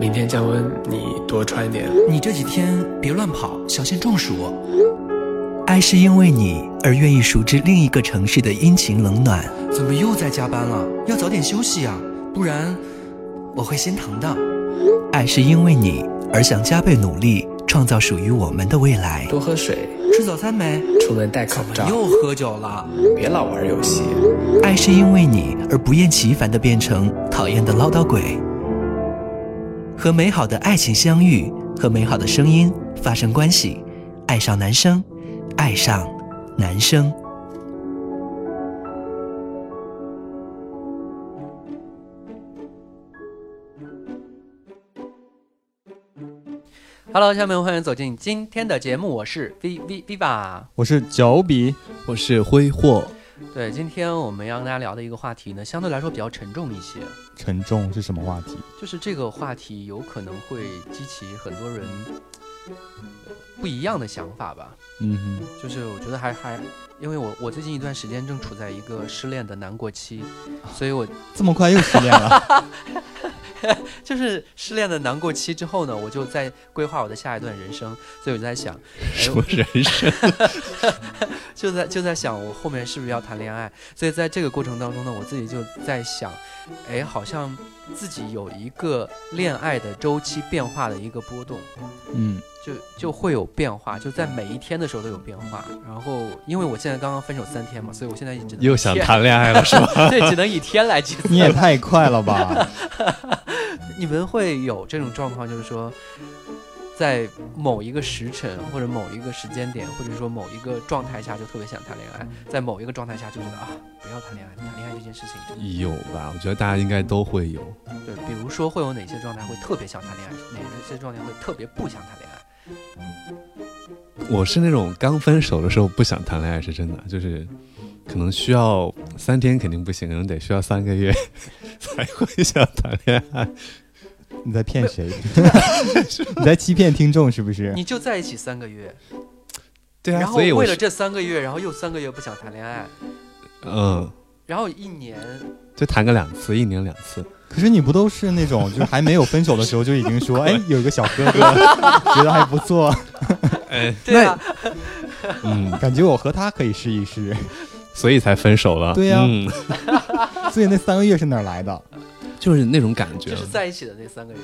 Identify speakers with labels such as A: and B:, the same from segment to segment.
A: 明天降温，你多穿点。
B: 你这几天别乱跑，小心中暑。
C: 爱是因为你而愿意熟知另一个城市的阴晴冷暖。
B: 怎么又在加班了？要早点休息呀、啊，不然我会心疼的。
C: 爱是因为你而想加倍努力，创造属于我们的未来。
A: 多喝水，
B: 吃早餐没？
A: 出门戴口罩。
B: 又喝酒了，
A: 别老玩游戏。
C: 爱是因为你而不厌其烦的变成讨厌的唠叨鬼。和美好的爱情相遇，和美好的声音发生关系，爱上男生。爱上男生。
B: Hello，下面欢迎走进今天的节目，我是 V V Viva，
D: 我是脚比，
E: 我是挥霍。
B: 对，今天我们要跟大家聊的一个话题呢，相对来说比较沉重一些。
D: 沉重是什么话题？
B: 就是这个话题有可能会激起很多人。呃不一样的想法吧，
D: 嗯
B: 哼，就是我觉得还还，因为我我最近一段时间正处在一个失恋的难过期，所以我
D: 这么快又失恋 了，
B: 就是失恋的难过期之后呢，我就在规划我的下一段人生，所以我就在想，
D: 什么人生？
B: 就在就在想我后面是不是要谈恋爱，所以在这个过程当中呢，我自己就在想，哎，好像自己有一个恋爱的周期变化的一个波动，
D: 嗯。
B: 就就会有变化，就在每一天的时候都有变化。然后，因为我现在刚刚分手三天嘛，所以我现在只能
E: 又想谈恋爱了，是吧？
B: 对，只能以天来计。
D: 你也太快了吧！
B: 你们会有这种状况，就是说，在某一个时辰或者某一个时间点，或者说某一个状态下，就特别想谈恋爱；在某一个状态下，就觉得啊，不要谈恋爱，谈恋爱这件事情
E: 有吧？我觉得大家应该都会有。
B: 对，比如说会有哪些状态会特别想谈恋爱，哪些状态会特别不想谈恋爱？
E: 我是那种刚分手的时候不想谈恋爱，是真的，就是可能需要三天肯定不行，可能得需要三个月 才会想谈恋爱。
D: 你在骗 谁？你在欺骗听众是不是？
B: 你就在一起三个月，
E: 对啊，
B: 然后
E: 所以
B: 为了这三个月，然后又三个月不想谈恋爱，
E: 嗯，
B: 然后一年
E: 就谈个两次，一年两次。
D: 可是你不都是那种，就是还没有分手的时候就已经说， 哎，有个小哥哥，觉得还不错，
E: 哎，
B: 对啊，
E: 嗯，
D: 感觉我和他可以试一试。
E: 所以才分手了。
D: 对呀
E: 嗯，
D: 所以那三个月是哪儿来的？
E: 就是那种感觉
B: 就。是在一起的那三个月，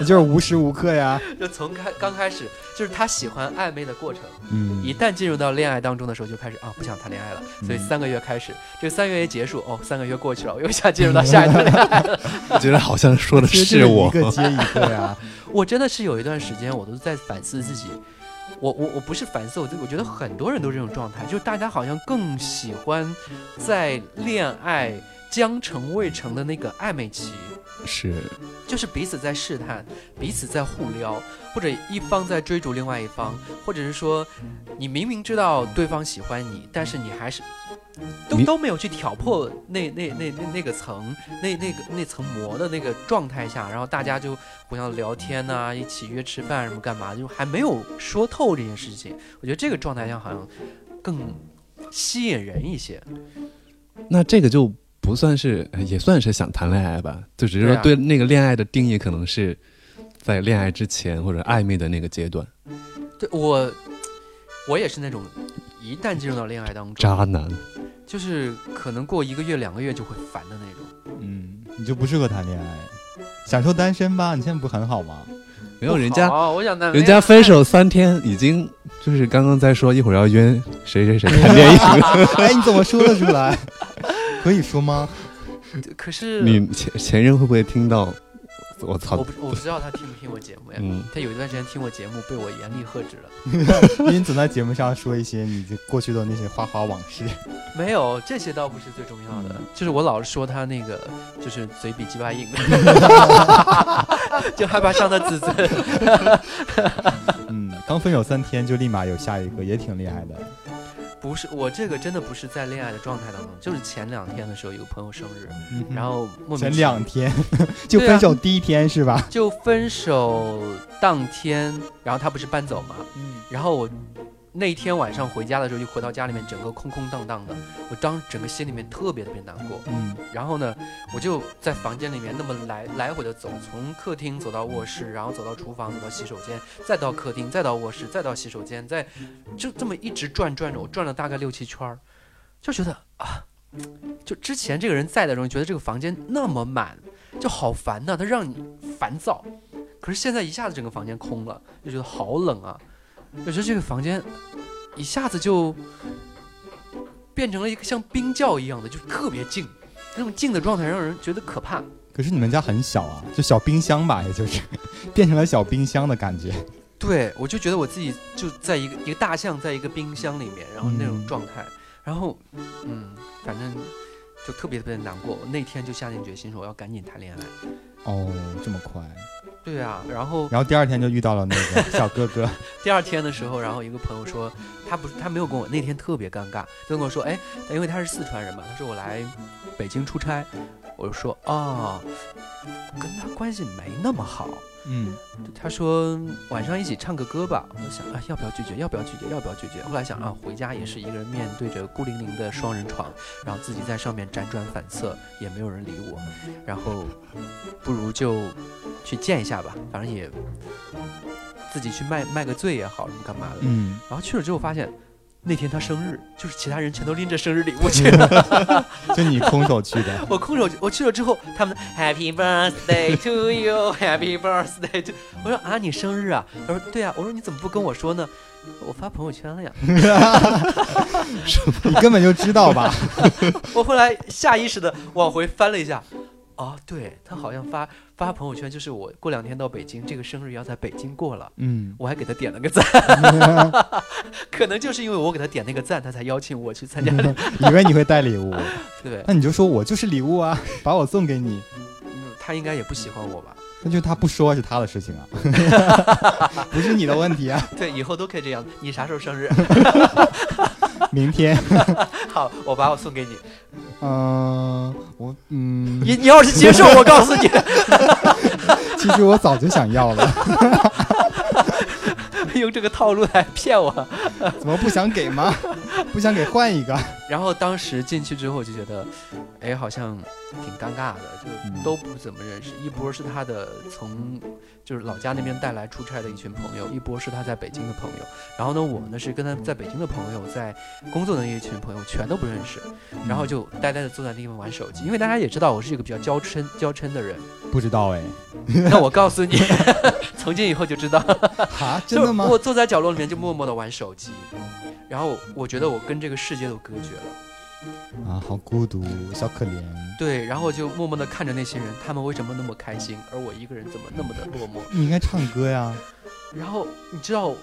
D: 就是无时无刻呀。
B: 就从开刚开始就是他喜欢暧昧的过程，
D: 嗯
B: 一旦进入到恋爱当中的时候，就开始啊不想谈恋爱了，所以
D: 嗯
B: 三个月开始，这三个月一结束，哦，三个月过去了，我又想进入到下一段恋爱。
E: 我觉得好像说的
D: 其实
E: 是
D: 就
E: 我
D: 一。个接一个呀。
B: 我真的是有一段时间，我都在反思自己。我我我不是反思我自己，我觉得很多人都这种状态，就是大家好像更喜欢在恋爱将成未成的那个暧昧期，
E: 是，
B: 就是彼此在试探，彼此在互撩，或者一方在追逐另外一方，或者是说你明明知道对方喜欢你，但是你还是都
E: 你
B: 都没有去挑破那那那那那个层那那个那层膜的那个状态下，然后大家就互相聊天呐、一起约吃饭什么干嘛，就还没有说透这件事情。我觉得这个状态下好像更吸引人一些。
E: 那这个就不算是，呃也算是想谈恋爱吧，就只是说
B: 对
E: 对那个恋爱的定义可能是在恋爱之前或者暧昧的那个阶段。
B: 对我，我也是那种一旦进入到恋爱当中，
E: 渣男，
B: 就是可能过一个月、两个月就会烦的那种。
D: 嗯，你就不适合谈恋爱，享受单身吧。你现在不很好吗？
E: 没有人家，
B: 哦，我想谈恋
E: 人
B: 爱
E: 家分手三天已经就是刚刚在说一会儿要约谁谁谁谈恋爱，
D: 哎，你怎么说得出来？可以说吗？
B: 可是
E: 你前前任会不会听到？我
B: 我
E: 操，
B: 不我不知道他听不听我节目呀。
E: 嗯，
B: 他有一段时间听我节目，被我严厉呵斥了。
D: 因为你总在节目上说一些你这过去的那些花花往事。
B: 没有，这些倒不是最重要
E: 嗯
B: 的，就是我老是说他那个就是嘴比鸡巴 硬，就害怕伤他自尊。
D: 嗯，刚分手三天就立马有下一个，也挺厉害的。
B: 不是，我这个真的不是在恋爱的状态当中，就是前两天的时候，有个朋友生日，
E: 嗯
B: 嗯然后莫名
D: 前
B: 其妙
D: 两天 就分手第一天是吧？
B: 就分手当天，然后他不是搬走吗？
D: 嗯，
B: 然后我那一天晚上回家的时候，就回到家里面，整个空空荡荡的，我当整个心里面特别特别难过。
D: 嗯
B: 然后呢，我就在房间里面那么来来回的走，从客厅走到卧室，然后走到厨房，走到洗手间，再到客厅，再到卧室，再到洗手间，再就这么一直转转着，我转了大概六七圈儿，就觉得啊，就之前这个人在的时候，你觉得这个房间那么满，就好烦呐、他让你烦躁。可是现在一下子整个房间空了，就觉得好冷啊，我觉得这个房间一下子就变成了一个像冰窖一样的，就特别静。那种静的状态让人觉得可怕。
D: 可是你们家很小啊，就小冰箱吧，也就是 变成了小冰箱的感觉。
B: 对我就觉得我自己就在一个一个大象在一个冰箱里面，然后那种状态，然后嗯，反正就特别特别难过。我那天就下定决心说我要赶紧谈恋爱。
D: 哦，这么快。
B: 对啊，然后
D: 然后第二天就遇到了那个小哥哥，
B: 第二天的时候，然后一个朋友说，他不是他没有跟我那天特别尴尬，他跟我说，哎，因为他是四川人嘛，他说我来北京出差，我就说哦，我跟他关系没那么好，
D: 嗯，
B: 他说晚上一起唱个歌吧，我想啊要不要拒绝，要不要拒绝，要不要拒绝？后来想啊回家也是一个人面对着孤零零的双人床，然后自己在上面辗转反侧，也没有人理我，然后不如就去见一下吧，反正也自己去卖卖个醉也好，什么干嘛的。
D: 嗯，
B: 然后去了之后发现，那天他生日，就是其他人全都拎着生日礼物去了，
D: 嗯就你空手去的，
B: 我空手我去了之后，他们 Happy birthday to you，Happy birthday to，我说啊你生日啊，他说对啊，我说你怎么不跟我说呢？我发朋友圈了呀。
D: 你根本就知道 吧？
B: 我后来下意识的往回翻了一下，哦，对他好像发发朋友圈，就是我过两天到北京，这个生日要在北京过了。
D: 嗯，
B: 我还给他点了个赞， 可能就是因为我给他点那个赞，他才邀请我去参加。
D: 以为你会带礼物，
B: 对，
D: 那你就说我就是礼物啊，把我送给你。
B: 嗯他应该也不喜欢我吧？
D: 那就他不说是他的事情啊， 不是你的问题啊。
B: 对，以后都可以这样。你啥时候生日？
D: 明天，
B: 好，我把我送给你。
D: 嗯、我嗯，
B: 你你要是接受，我告诉你，
D: 其实我早就想要了，
B: 用这个套路来骗我。
D: 怎么不想给吗？不想给换一个？
B: 然后当时进去之后就觉得，哎，好像挺尴尬的，就
D: 嗯
B: 都不怎么认识。一波是他的从就是老家那边带来出差的一群朋友，一波是他在北京的朋友。然后呢，我呢是跟他在北京的朋友，在工作的那一群朋友全都不认识。然后就呆呆的坐在那边玩手机，因为大家也知道我是一个比较娇嗔娇嗔的人。
D: 不知道哎，
B: 那我告诉 你，从今以后就知道。
D: 哈，
B: 就
D: 真的吗
B: 我？坐在角落里面就默默的玩手机，然后我觉得我跟这个世界都隔绝了。
D: 啊，好孤独，小可怜。
B: 对，然后就默默的看着那些人，他们为什么那么开心，而我一个人怎么那么的落寞？
D: 你应该唱歌呀，
B: 然后你知道，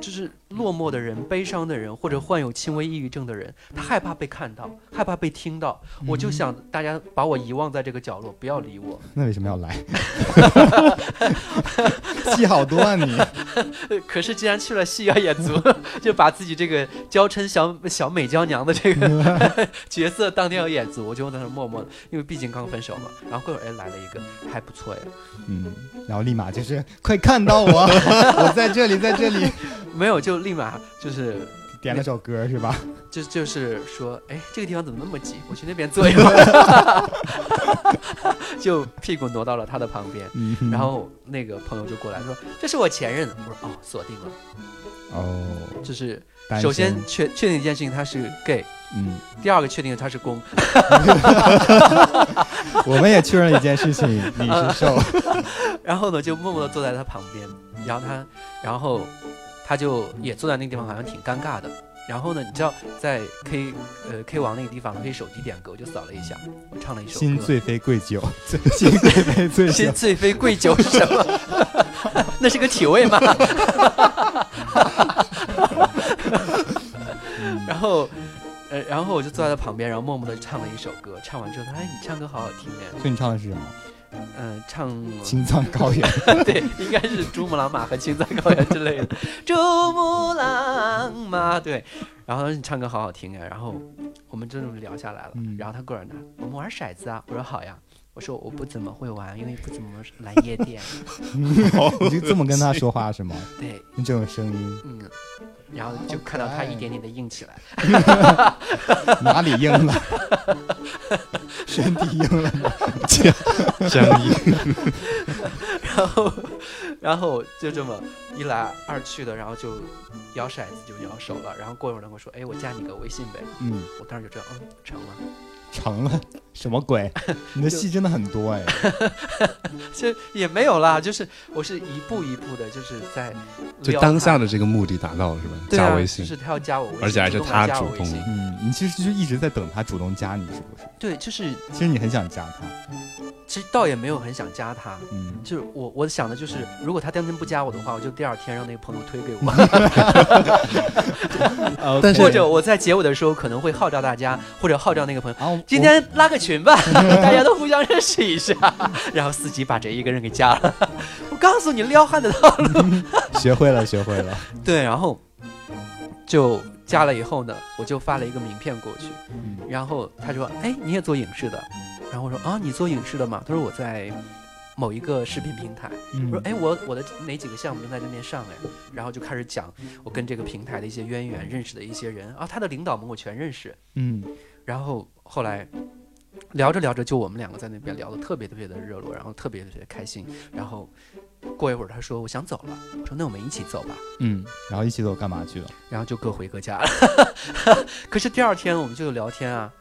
B: 就是落寞的人、悲伤的人，或者患有轻微抑郁症的人，他害怕被看到，害怕被听到。我就想大家把我遗忘在这个角落，不要理我。
D: 那为什么要来？ 戏好多啊你，
B: 可是既然去了 戏要演足，就把自己这个娇嗔小小美娇娘的这个 角色当天要演足，我就在那儿默默的，因为毕竟刚分手嘛。然后过会儿哎来了一个，还不错哎。
D: 嗯， 然后立马就是快看到 我， 我在这里，在这里，
B: 没有，就立马就是
D: 点了首歌是吧？
B: 就就是说，哎，这个地方怎么那么挤？我去那边坐一会儿， 就屁股挪到了他的旁边。
D: 嗯，
B: 然后那个朋友就过来说：“这是我前任。”我说：“哦，锁定了。
D: 哦，”
B: 就是
D: 单身
B: 首先确确定一件事情，他是 gay；
D: 嗯，
B: 第二个确定他是公。
D: 我们也确认了一件事情，你是 瘦，
B: 然后呢，就默默地坐在他旁边，然后他，然后他就也坐在那个地方，好像挺尴尬的。然后呢，你知道在 K 呃 K 王那个地方可以手机点歌，我就扫了一下，我唱了一首歌。
D: 心醉非 贵酒， 心醉非醉酒
B: 心，醉非贵酒是什么？ 那是个体位吗？ 然后，呃，然后我就坐在他旁边，然后默默的唱了一首歌。唱完之后，他说：“哎，你唱歌好好听哎。
D: 所以你唱的是什么？”
B: 嗯、唱
D: 青藏高 原。
B: 对，应该是珠穆朗玛和青藏高原之类的。 珠穆朗玛，对。然后他说你唱歌好好听哎，然后我们就这么聊下来了。
D: 嗯
B: 然后他过来拿，我们玩骰子啊，我说好呀。我我说我不怎么会玩，因为不怎么来夜店。
D: 你就这么跟他说话是吗？
B: 哦对，
D: 用这种声音，
B: 嗯，然后就看到他一点点的硬起来。
D: 哪里硬了？身体硬了吗？
E: 江一，
B: 然后，然后就这么一来二去的，然后就摇骰子就摇熟了。然后过一会儿他跟我说：“哎，我加你个微信呗。
D: 嗯，”
B: 我当时就知道，嗯，成了。
D: 成了，什么鬼？你的戏真的很 多哎。
B: 这也没有啦，就是我是一步一步的，就是在
E: 就
B: 撩
E: 当下
B: 他
E: 的这个目的达到了是吧？
B: 对啊
E: 加微信
B: 就，是他要加我微信，
E: 而且还是
B: 主动来
E: 他主
B: 加我微
E: 动
B: 信。
D: 嗯，你其实就一直在等他主动加你，是不是？
B: 对，就是
D: 其实你很想加他，
B: 其实倒也没有很想加他，
D: 嗯，
B: 就是我我想的就是，如果他当天不加我的话，我就第二天让那个朋友推给我，
E: 但是
B: 呃或者我在结尾的时候可能会号召大家，或者号召那个朋友。
D: 然后
B: 今天拉个群 吧，大家都互相认识一下，然后自己把这一个人给加了。我告诉你，撩汉的道路。
D: 学会了，学会了，
B: 对，然后就加了以后呢，我就发了一个名片过去，然后他说：“哎，你也做影视的？”然后我说：“啊，你做影视的吗？”他说：“我在某一个视频平台。”
D: 嗯
B: 我说：“哎，我我的哪几个项目正在这边上哎。”然后就开始讲我跟这个平台的一些渊源，认识的一些人啊，他的领导们我全认识。
D: 嗯，
B: 然后后来聊着聊着，就我们两个在那边聊的特别特别的热络，然后特别特别开心。然后过一会儿，他说：“我想走了。”我说：“那我们一起走吧。”
D: 嗯，然后一起走干嘛去了？
B: 然后就各回各家了。 可是第二天我们就聊天啊，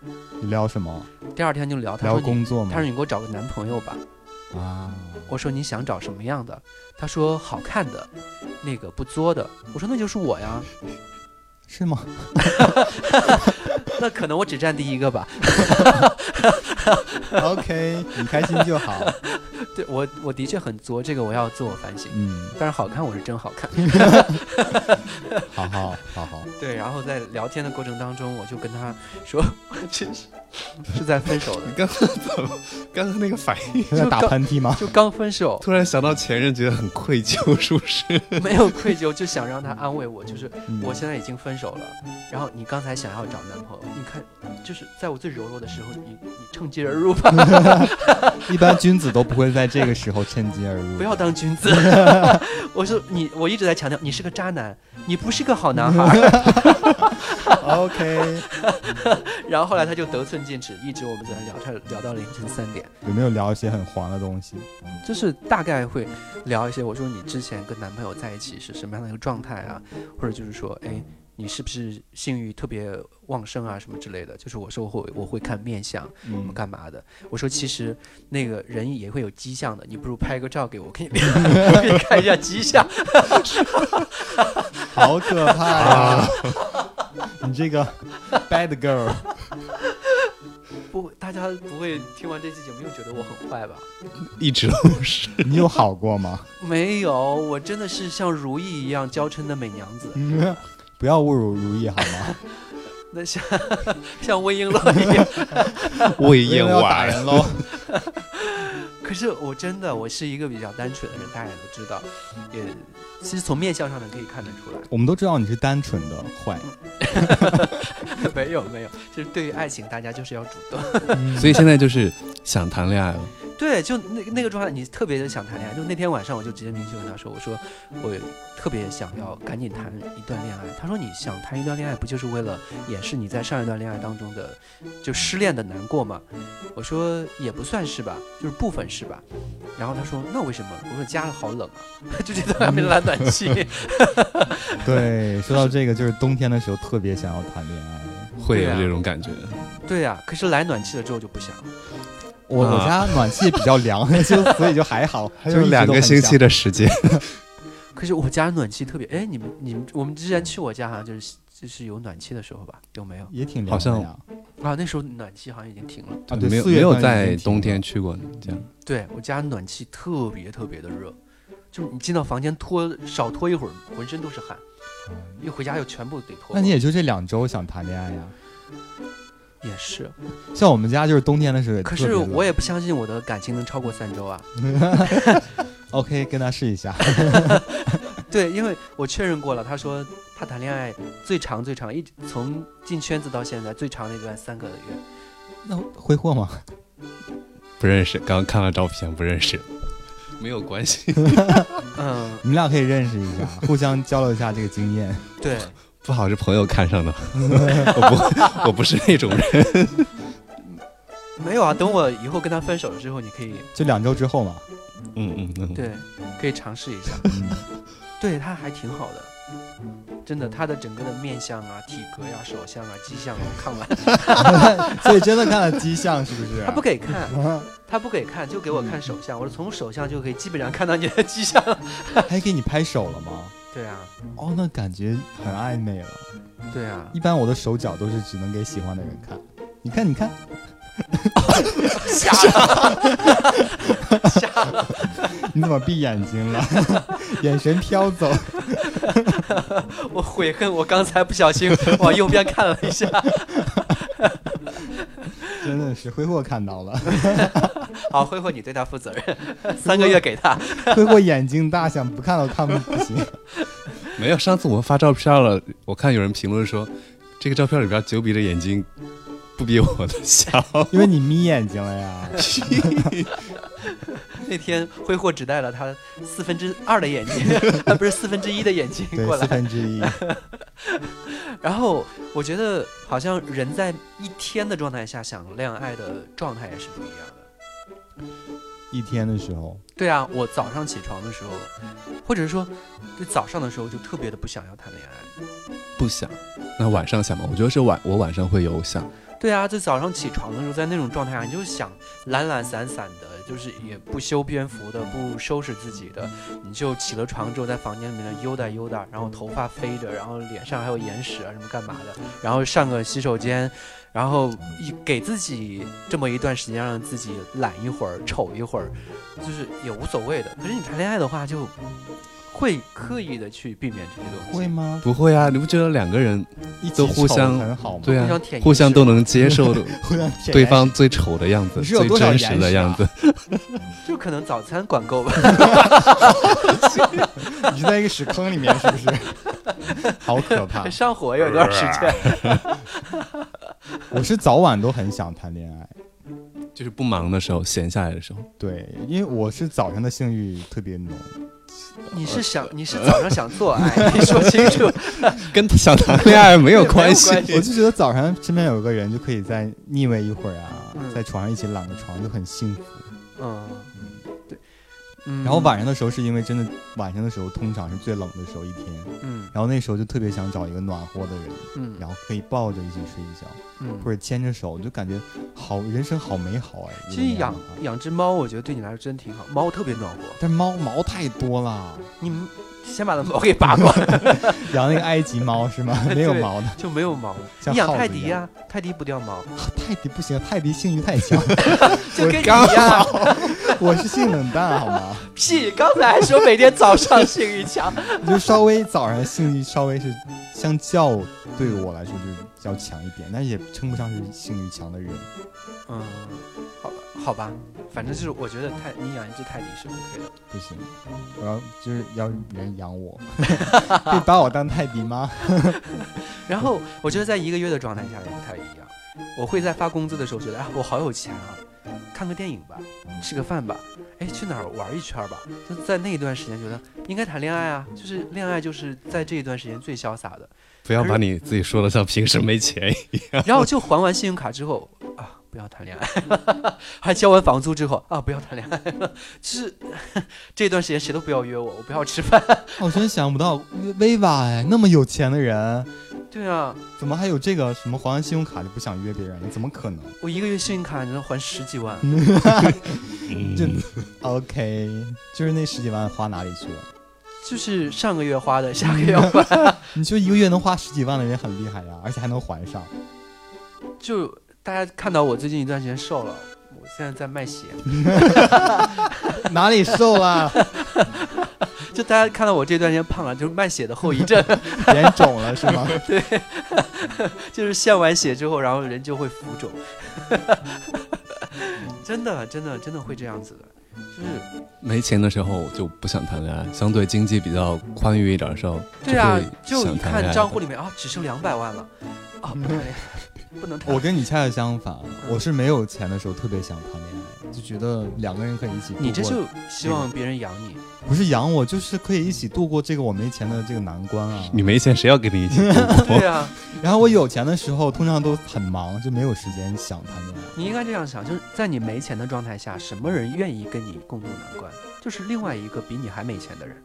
D: 你聊什么？
B: 第二天就聊，他
D: 聊
B: 说你，
D: 工作吗
B: 他？说你给我找个男朋友吧。
D: 啊，
B: 我说你想找什么样的？他说好看的，那个不作的。我说那就是我呀，
D: 是吗？
B: 那可能我只占第一个吧。
D: OK，你开心就好。
B: 对我我的确很作，这个我要自我反省。
D: 嗯，
B: 但是好看我是真好看。
D: 好好好好，
B: 对，然后在聊天的过程当中，我就跟他说， 我这是是在分手的，
E: 刚刚怎么刚刚那个反应，
D: 他在打喷嚏吗？
B: 就刚分手，
E: 突然想到前任，觉得很愧疚，是不是？
B: 没有愧疚，就想让他安慰我，就是
D: 嗯
B: 我现在已经分手了，然后你刚才想要找男朋友，你看，就是在我最柔弱的时候，你你趁机而入吧，
D: 嗯一般君子都不会在这个时候趁机而 入。
B: 不要当君子。我说你，我一直在强调，你是个渣男，你不是个好男孩。
D: OK，
B: 然后后来他就得寸进尺，一直我们在那聊天，聊到凌晨三点，
D: 有没有聊一些很黄的东西？嗯
B: 就是大概会聊一些，我说你之前跟男朋友在一起是什么样的一个状态啊，或者就是说，哎。你是不是性欲特别旺盛啊，什么之类的？就是我说我会我会看面相，我们
D: 嗯，
B: 干嘛的？我说其实那个人也会有迹象的，你不如拍个照给我，我给你 我给你看一下迹象。
D: 好可怕啊！ 你这个 bad girl，
B: 不，大家不会听完这期节目又觉得我很坏吧？
E: 一直都是。
D: 你有好过吗？
B: 没有，我真的是像如意一样娇嗔的美娘子，
D: 嗯不要侮辱如意好吗？
B: 那像像魏 璎珞一样。
E: 魏
D: 因
E: 延
D: 为要打
E: 婉，
D: 人喽。
B: 可是我真的，我是一个比较单纯的人，大家也都知道。也其实从面相上呢可以看得出来，
D: 我们都知道你是单纯的坏，
B: 没有没有，就是对于爱情，大家就是要主 动。
E: 所以现在就是想谈恋爱了。
B: 对，就那那个状态，你特别的想谈恋爱。就那天晚上，我就直接明确跟他说：“我说我特别想要赶紧谈一段恋爱。”他说：“你想谈一段恋爱，不就是为了掩饰你在上一段恋爱当中的就失恋的难过吗？”我说：“也不算是吧，就是部分是吧。”然后他说：“那为什么？”我说：“家里好冷啊， 就觉得外面拉暖气。
D: 对，说到这个，就是冬天的时候特别想要谈恋爱。
E: 会有
B: 对啊
E: 这种感觉，”
B: 对呀、可是来暖气了之后就不想了。
D: 我我家暖气比较凉，就所以就还好，
E: 还
D: 就
E: 有
D: 一直
E: 两
D: 都很
E: 个星
D: 想
E: 期的时间。
B: 可是我家暖气特别，哎，你们你们我们之前去我家好像就是就是有暖气的时候吧？有没有？
D: 也挺凉
E: 好
D: 的
E: 像
D: 呀。
B: 啊，那时候暖气好像已经停了。
D: 啊，对，
E: 没有
D: 四月
E: 没
D: 份
E: 有
D: 已经
E: 在
D: 停
E: 冬
D: 了
E: 天去过这样。
B: 对我家暖气特别特别的热，就是你进到房间脱少脱一会儿，浑身都是汗，一回家又全部得脱光。
D: 嗯那你也就这两周想谈恋爱呀？
B: 也是，
D: 像我们家就是冬天的时候也
B: 可
D: 特别
B: 是
D: 冷，
B: 我也不相信我的感情能超过三周啊。
D: OK 跟他试一下。
B: 对，因为我确认过了，他说他谈恋爱最长最长一直从进圈子到现在最长的一段三个月，
D: 那挥霍吗？
E: 不认识，刚看了照片不认识， 没有关系，
B: 嗯，
D: 你们俩可以认识一 下，互相交流一下这个经验。
B: 对，
E: 不好是朋友看 上的，我不我不是那种人，
B: 没有啊。等我以后跟他分手了之后，你可以
D: 就两周之后嘛，
E: 嗯嗯嗯，
B: 对，可以尝试一 下。
D: 嗯
B: 对他还挺好的，真的，他的整个的面相啊、体格呀、手相啊、迹象啊，我看完
D: 所以真的看了迹象是不是？
B: 他不给 看，
D: 啊，
B: 他不给看，就给我看手相。我说从手相就可以基本上看到你的迹象。
D: 还给你拍手了吗？
B: 对啊，
D: 哦，那感觉很暧昧了。
B: 对啊，
D: 一般我的手脚都是只能给喜欢的人看。你看，你看，
B: 瞎了，
D: 你怎么闭眼睛了？ 眼神飘走。
B: 我悔恨，我刚才不小心 往右边看了一下。
D: 真的是挥霍看到了，
B: 好，挥霍你对他负责任， 三个月给他。
D: 挥霍眼睛大，想不看都看不不行。
E: 没有，上次我们发照片了，我看有人评论说，这个照片里边九比的眼睛不比我的小。
D: 因为你眯眼睛了呀。
B: 那天挥霍只带了他四分之二的眼睛， 啊，不是四分之一的眼睛
D: 对
B: 过，
D: 四
B: 来。
D: 分之一。
B: 然后我觉得，好像人在一天的状态下想恋爱的状态也是不一样的。
D: 一天的 时候，
B: 对啊，我早上起床的时候，或者是说，就早上的时候就特别的不想要谈恋爱。
E: 不想。那晚上想吗？我觉得是晚，我晚上会有想。
B: 对啊，就早上起床的时候，在那种状态下，你就想懒懒散散的，就是也不修边幅的，不收拾自己的，你就起了床之后，在房间里面悠达悠达，然后头发飞着，然后脸上还有眼屎啊什么干嘛的，然后上个洗手间，然后一给自己这么一段时间，让自己懒一会儿、丑一会儿，就是也无所谓的。可是你谈恋爱的话，就会刻意的去避免这些东西，
D: 会吗？
E: 不会啊，你不觉得两个人
D: 一起
E: 都互相
D: 丑很好吗？
E: 对
B: 互
E: 啊
B: 相，舔，
E: 互相都能接受
D: 互相舔
E: 对方最丑的样子，
D: 你是有
E: 最
D: 多少
E: 真实
D: 眼
E: 的
D: 屎啊
E: 样子。
B: 就可能早餐管够吧。
D: 眼屎， 你是在一个屎坑里面是不是？ 好可怕！
B: 上火也有一段时间。
D: 我是早晚都很想谈恋爱，
E: 就是不忙的时候，闲下来的时候，
D: 对，因为我是早上的性欲特别浓，
B: 你是想你是早上想做爱，你说清楚，
E: 跟想谈恋爱没有关系。
B: 没有关
D: 我就觉得早上身边有个人就可以再腻味一会儿啊，
B: 嗯
D: 在床上一起懒个床就很幸福。
B: 嗯，对，嗯，
D: 然后晚上的时候是因为真的晚上的时候通常是最冷的时候一天，
B: 嗯
D: 然后那时候就特别想找一个暖和的人，
B: 嗯
D: 然后可以抱着一起睡一觉，
B: 嗯，
D: 或者牵着手，就感觉好人生好美好哎。
B: 其实养
D: 如果那样的话
B: 养只猫，我觉得对你来说真挺好，猫特别暖和，
D: 但是猫毛太多了，
B: 你 们先把它毛给拔光，
D: 养那个埃及猫是吗？ 没有毛的，
B: 就没有毛了。
D: 像
B: 你养
D: 耗子
B: 泰
D: 一
B: 迪啊
D: 样啊
B: 呀、泰迪不掉毛，
D: 泰迪不行，泰迪性欲太 强，
B: 就跟你一
D: 刚
B: 样。
D: 我是性冷淡好吗？
B: 屁，刚才还说每天早上性欲 强，
D: 你就稍微早上性欲稍微是相较对我来说就是比较强一点，但也称不上是性欲强的人。
B: 嗯，好吧，好吧，反正就是我觉得泰你养一只泰迪是 OK 的。
D: 不行，我要就是要人养我， 可以把我当泰迪吗？
B: 然后我觉得在一个月的状态下也不太一样，我会在发工资的时候觉得啊，我好有钱啊，看个电影吧，吃个饭吧，哎，去哪儿玩一圈吧，就在那一段时间觉得应该谈恋爱啊，就是恋爱就是在这一段时间最潇洒的。
E: 不要把你自己说的像平时没钱一样。
B: 然后就还完信用卡之后啊，不要谈恋爱， 还交完房租之后啊，不要谈恋爱 了，就是这段时间谁都不要约我，我不要吃饭。
D: 哦我真想不到薇娃哎，那么有钱的人，
B: 对啊，
D: 怎么还有这个什么还完信用卡就不想约别人了？怎么可能？
B: 我一个月信用卡你能还十几万，
D: 就
E: 嗯
D: OK，就是那十几万花哪里去了？
B: 就是上个月花的，下个月还。
D: 你说一个月能花十几万的人很厉害呀，而且还能还上。
B: 就大家看到我最近一段时间瘦了，我现在在卖鞋。
D: 哪里瘦啊 了？
B: 就大家看到我这段时间胖了，就是卖血的后遗症，
D: 脸肿了是吗？
B: 就是献完血之后，然后人就会浮肿。 真的，真的，真的会这样子的，就是
E: 没钱的时候就不想谈恋爱，相对经济比较宽裕一点的时候，
B: 对啊，就
E: 就会
B: 一
E: 想谈
B: 看
E: 恋爱
B: 账户里面啊，只剩两百万了，啊，不谈恋爱不能谈。
D: 我跟你恰恰相反，我是没有钱的时候特别想谈恋爱，就觉得两个人可以一起度过。
B: 你这就希望别人养你，
D: 不是养我，就是可以一起度过这个我没钱的这个难 关啊。
E: 你没钱，谁要跟你一起？
B: 对啊，
D: 然后我有钱的时候，通常都很忙，就没有时间想谈恋爱。
B: 你应该这样想，就是在你没钱的状态下，什么人愿意跟你共度难关？就是另外一个比你还没钱的人。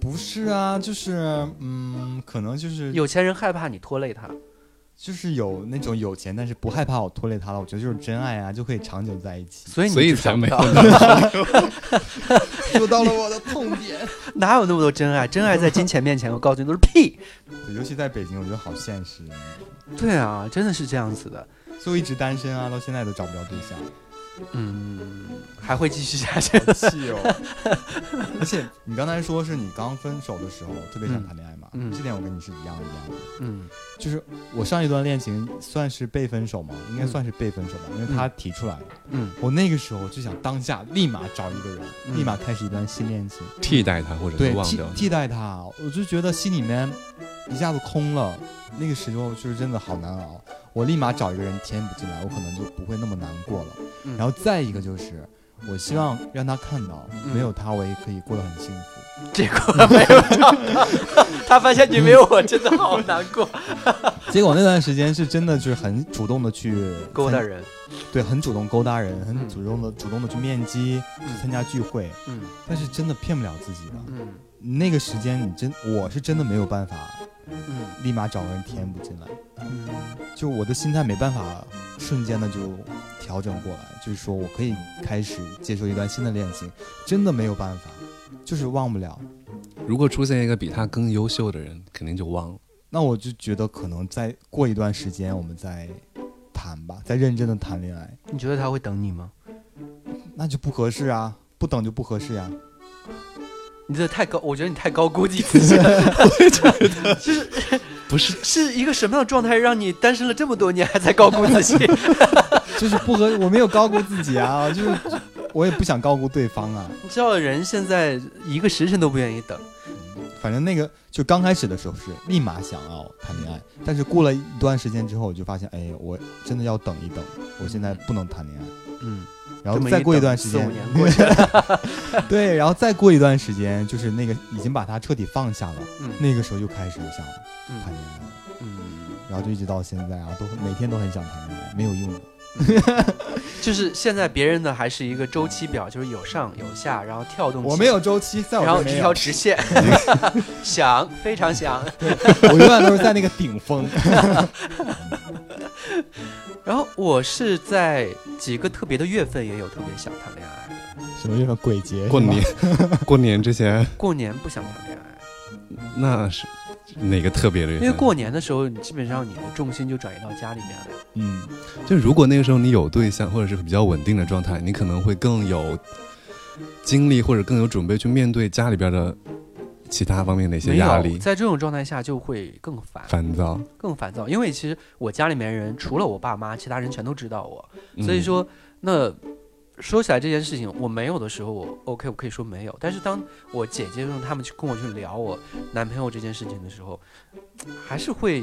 D: 不是啊，就是嗯，可能就是
B: 有钱人害怕你拖累他，
D: 就是有那种有钱但是不害怕我拖累他了，我觉得就是真爱啊，就可以长久在一起。
B: 所以你
E: 所以
B: 就
E: 才
B: 想不
E: 没
B: 到
D: 说到了我的痛点。
B: 哪有那么多真爱？真爱在金钱面前，我告诉你都是屁。
D: 对，尤其在北京，我觉得好现实。
B: 对啊，真的是这样子的。
D: 所以我一直单身啊，到现在都找不着对象，
B: 嗯，还会继续下去。
D: 好气哦。 而且你刚才说是你刚分手的时候特别想谈恋爱嘛，
B: 嗯嗯
D: 这点我跟你是一样一样的。
B: 嗯
D: 就是我上一段恋情算是被分手吗？应该
B: 嗯
D: 算是被分手吧，因为他提出来的。
B: 嗯
D: 我那个时候就想当下立马找一个人，
B: 嗯
D: 立马开始一段新恋情，
E: 替代他，或者
D: 对
E: 是忘
D: 替
E: 掉他。
D: 替代他，啊我就觉得心里面一下子空了，那个时候就是真的好难熬。我立马找一个人填补进来，我可能就不会那么难过了。
B: 嗯
D: 然后再一个就是，我希望让他看到，
B: 嗯
D: 没有他我也可以过得很幸福。
B: 结果没有找到，他发现你没有我，真的好难过。
D: 结果那段时间是真的就是很主动的去
B: 勾搭
D: 参
B: 人，
D: 对，很主动勾搭人，很
B: 嗯
D: 主动的主动的去面基，去参加聚会，
B: 嗯
D: 但是真的骗不了自己的。
B: 嗯
D: 那个时间你真，我是真的没有办法
B: 嗯
D: 立马找个人填补进来，
B: 嗯
D: 就我的心态没办法瞬间的就调整过来，就是说我可以开始接受一段新的恋情，真的没有办法，就是忘不了。
E: 如果出现一个比他更优秀的人，肯定就忘了。
D: 那我就觉得可能再过一段时间我们再谈吧，再认真的谈恋爱，
B: 你觉得他会等你吗？
D: 那就不合适啊，不等就不合适呀、
B: 你这太高，我觉得你太高估计自 己了。
E: 不是，
B: 是一个什么样的状态让你单身了这么多年还在高估 自己？
D: 就是不合，我没有高估自己啊，就是我也不想高估对方啊。
B: 你知道人现在一个时辰都不愿意等。
D: 反正那个就刚开始的时候是立马想要谈恋爱，但是过了一段时间之后，我就发现，哎，我真的要等一等，我现在不能谈恋爱。
B: 嗯，
D: 然后
B: 这么
D: 再过
B: 一
D: 段
B: 等
D: 时
B: 四五
D: 间，
B: 年过 去了，
D: 对，然后再过一段时间，就是那个已经把他彻底放下了，
B: 嗯
D: 那个时候就开始想
B: 嗯
D: 谈恋爱了，
B: 嗯，
D: 然后就一直到现在啊，都每天都很想谈恋爱，没有用的。
B: 就是现在别人的还是一个周期表，就是有上有下，然后跳动。
D: 我没有。周期，在我
B: 嗯然
D: 这
B: 后
D: 儿
B: 这
D: 没
B: 条
D: 有，
B: 直线，想非常想。
D: 我永远都是在那个顶 峰。
B: 然后我是在几个特别的月份也有特别想谈恋爱的，
D: 什么月份？鬼 节？
E: 过年， 过年之前
B: 过年不想谈恋爱，
E: 那是哪个特别的人？
B: 因为过年的时候，你基本上你的重心就转移到家里面了。
D: 嗯，
E: 就如果那个时候你有对象，或者是比较稳定的状态，你可能会更有精力，或者更有准备去面对家里边的其他方面的一些
B: 没
E: 压
B: 有，
E: 力、
B: 在这种状态下就会更烦，
E: 烦躁。
B: 更烦躁。因为其实我家里面人除了我爸妈，其他人全都知道我，
E: 嗯
B: 所以，说那。说起来这件事情，我没有的时候，我 OK，我可以说没有。但是当我姐姐用他们去跟我去聊我男朋友这件事情的时候，还是会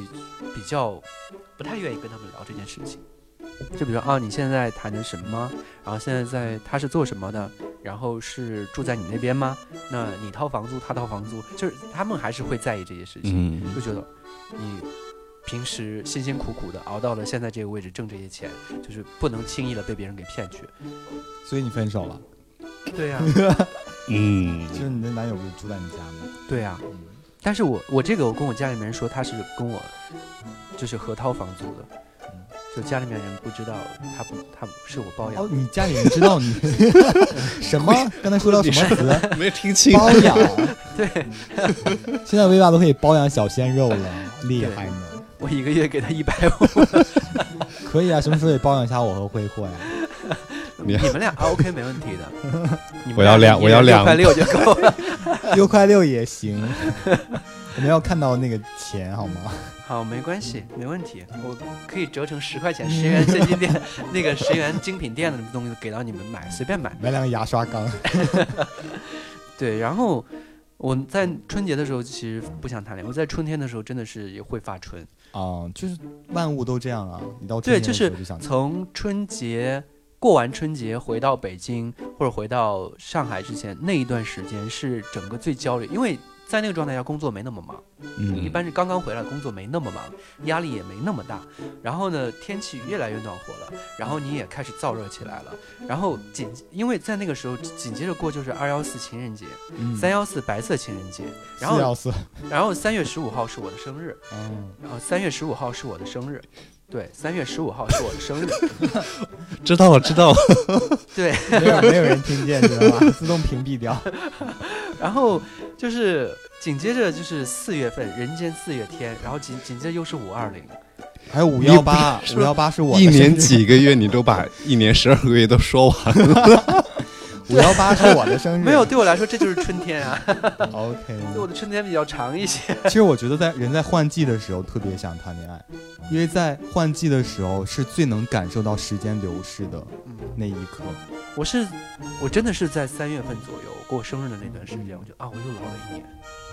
B: 比较不太愿意跟他们聊这件事情。就比如说啊，你现在谈的什么？然后现在在他是做什么的？然后是住在你那边吗？那你掏房租，他掏房租，就是他们还是会在意这些事情。
E: 嗯，
B: 就觉得你平时辛辛苦苦的熬到了现在这个位置，挣这些钱，就是不能轻易的被别人给骗去。
D: 所以你分 手了？
B: 对呀、
E: 嗯，
D: 就是你的男友不是住在你家吗？
B: 对呀、但是我我这个我跟我家里面人说，他是跟我就是合掏房租的
D: 嗯，
B: 就家里面人不知道他不他不是我包养
D: 哦，。你家里人 知道你什么？刚才说到什么词？
E: 没听清
D: 包 养。
B: 对，
D: 现在薇娅都可以包养小鲜肉了，厉害呢！
B: 我一个月给他 一百五，
D: 可以啊，什么时候也包养一下我和慧慧啊？
E: 你
B: 你们俩啊 OK 没问题的。 你们
E: 我要两我要两
B: 块六就够了。
D: 六块六也行。我们要看到那个钱好吗？
B: 好，没关系，
E: 嗯
B: 没问题，我可以折成十块钱，十元现金 店那个十元精品店的东西给到你们买，随便买。
D: 买两个牙刷缸。
B: 对，然后我在春节的时候其实不想谈恋爱，我在春天的时候真的是也会发春，
D: 啊，就是万物都这样啊。你到
B: 对，
D: 春天
B: 就
D: 的时
B: 是
D: 候就想
B: 从春节过完春节回到北京或者回到上海之前那一段时间是整个最焦虑，因为在那个状态下工作没那么忙，一
D: 嗯
B: 般是刚刚回来工作没那么忙，压力也没那么大。然后呢，天气越来越暖和了，然后你也开始燥热起来了。然后紧因为在那个时候紧接着过就是二幺四情人节、三幺四白色情人节，然
D: 嗯四
B: 后
D: 幺四，
B: 然后三月十五号是我的生日，
D: 嗯，
B: 然后三月十五号是我的生日。对，三月十五号是我的 生日，
E: 知道了，知 道了。
B: 对，
D: 没有没有人听见，知道吧？自动屏蔽掉。
B: 然后就是紧接着就是四月份，人间四月天，然后紧紧接着又是五二零，
D: 还有五
E: 你
D: 幺
E: 不
D: 八，
E: 是
D: 五幺八是我的
E: 一
D: 生日
E: 年几个月，你都把一年十二个月都说完了。
D: 五幺八是我的生日，
B: 没有对我来说这就是春天啊， 对我
D: OK。
B: 的春天比较长一些。
D: 其实我觉得在人在换季的时候特别想谈恋爱，因为在换季的时候是最能感受到时间流逝的
B: 嗯，
D: 那一刻。
B: 我是我真的是在三月份左右过生日的那段时间，我就啊我又老了一年，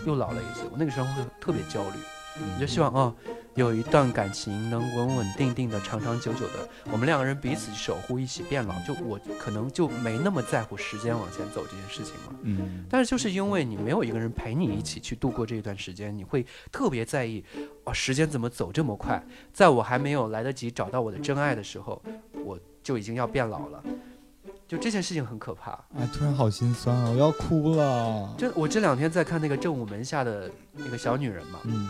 B: 又老了一岁，我那个时候会特别焦虑，
D: 嗯
B: 我就希望哦有一段感情能稳稳定定的、长长久久的，我们两个人彼此守护，一起变老。就我可能就没那么在乎时间往前走这件事情了。
D: 嗯，
B: 但是就是因为你没有一个人陪你一起去度过这一段时间，你会特别在意，哦，时间怎么走这么快？在我还没有来得及找到我的真爱的时候，我就已经要变老了。就这件事情很可怕。
D: 哎，突然好心酸啊，我要哭了。
B: 这我这两天在看那个正午门下的那个小女人嘛，
D: 嗯，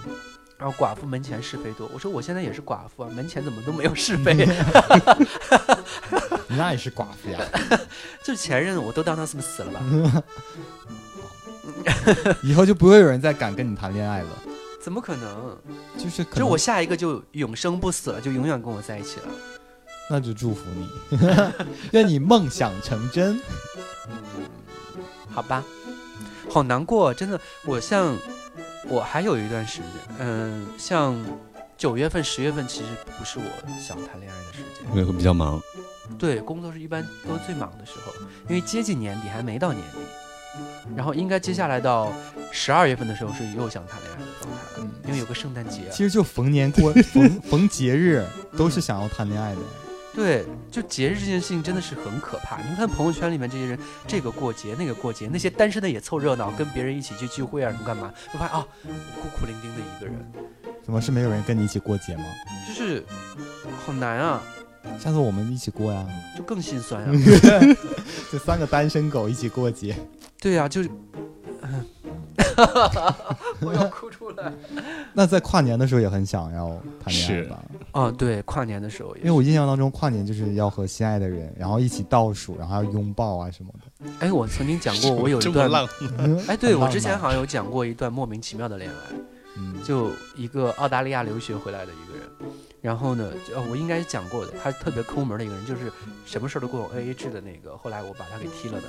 B: 然后寡妇门前是非多。我说我现在也是寡妇啊，门前怎么都没有是非？
D: 嗯那也是寡妇呀，
B: 就前任我都当他是不是死了吧？
D: 嗯以后就不会有人再敢跟你谈恋爱了。
B: 怎么可能？
D: 就是可
B: 就
D: 能
B: 我下一个就永生不死了，就永远跟我在一起了。
D: 那就祝福你， 愿你梦想成真。
B: 啊好吧，好难过，真的。我像我还有一段时间，嗯、像九月份、十月份，其实不是我想谈恋爱的时
E: 因为
B: 间。
E: 会比较忙，
B: 对，工作是一般都最忙的时候，因为接近年底还没到年底，然后应该接下来到十二月份的时候是又想谈恋爱的状态了
D: 嗯，
B: 因为有个圣诞节。啊
D: 其实就逢 年过逢逢节日都是想要谈恋爱的。
B: 对，就节日这件事情真的是很可怕。你看朋友圈里面这些人，这个过节那个过节，那些单身的也凑热闹，跟别人一起去聚会啊什么干嘛，就发现啊，我孤苦伶仃的一个人，
D: 怎么是没有人跟你一起过节吗？
B: 就是好难啊，
D: 下次我们一起 过呀，
B: 就更心酸 啊。
D: 这三个单身狗一起过节。
B: 对啊，就是，嗯我要哭出来。
D: 那在跨年的时候也很想要谈恋爱
E: 是
D: 吧？
B: 啊，对，跨年的时候也
D: 因为我印象当中跨年就是要和心爱的人，然后一起倒数，然后还要拥抱啊什么的。
B: 哎，我曾经讲过，我有一段，哎，对
D: 很
B: 我
D: 浪
B: 之前
D: 漫
B: 好像有讲过一段莫名其妙的恋爱。
D: 嗯，
B: 就一个澳大利亚留学回来的一个人，然后呢，就呃，我应该是讲过的，他特别抠门的一个人，就是什么事儿都跟我 A A 制的那个。后来我把他给踢了的。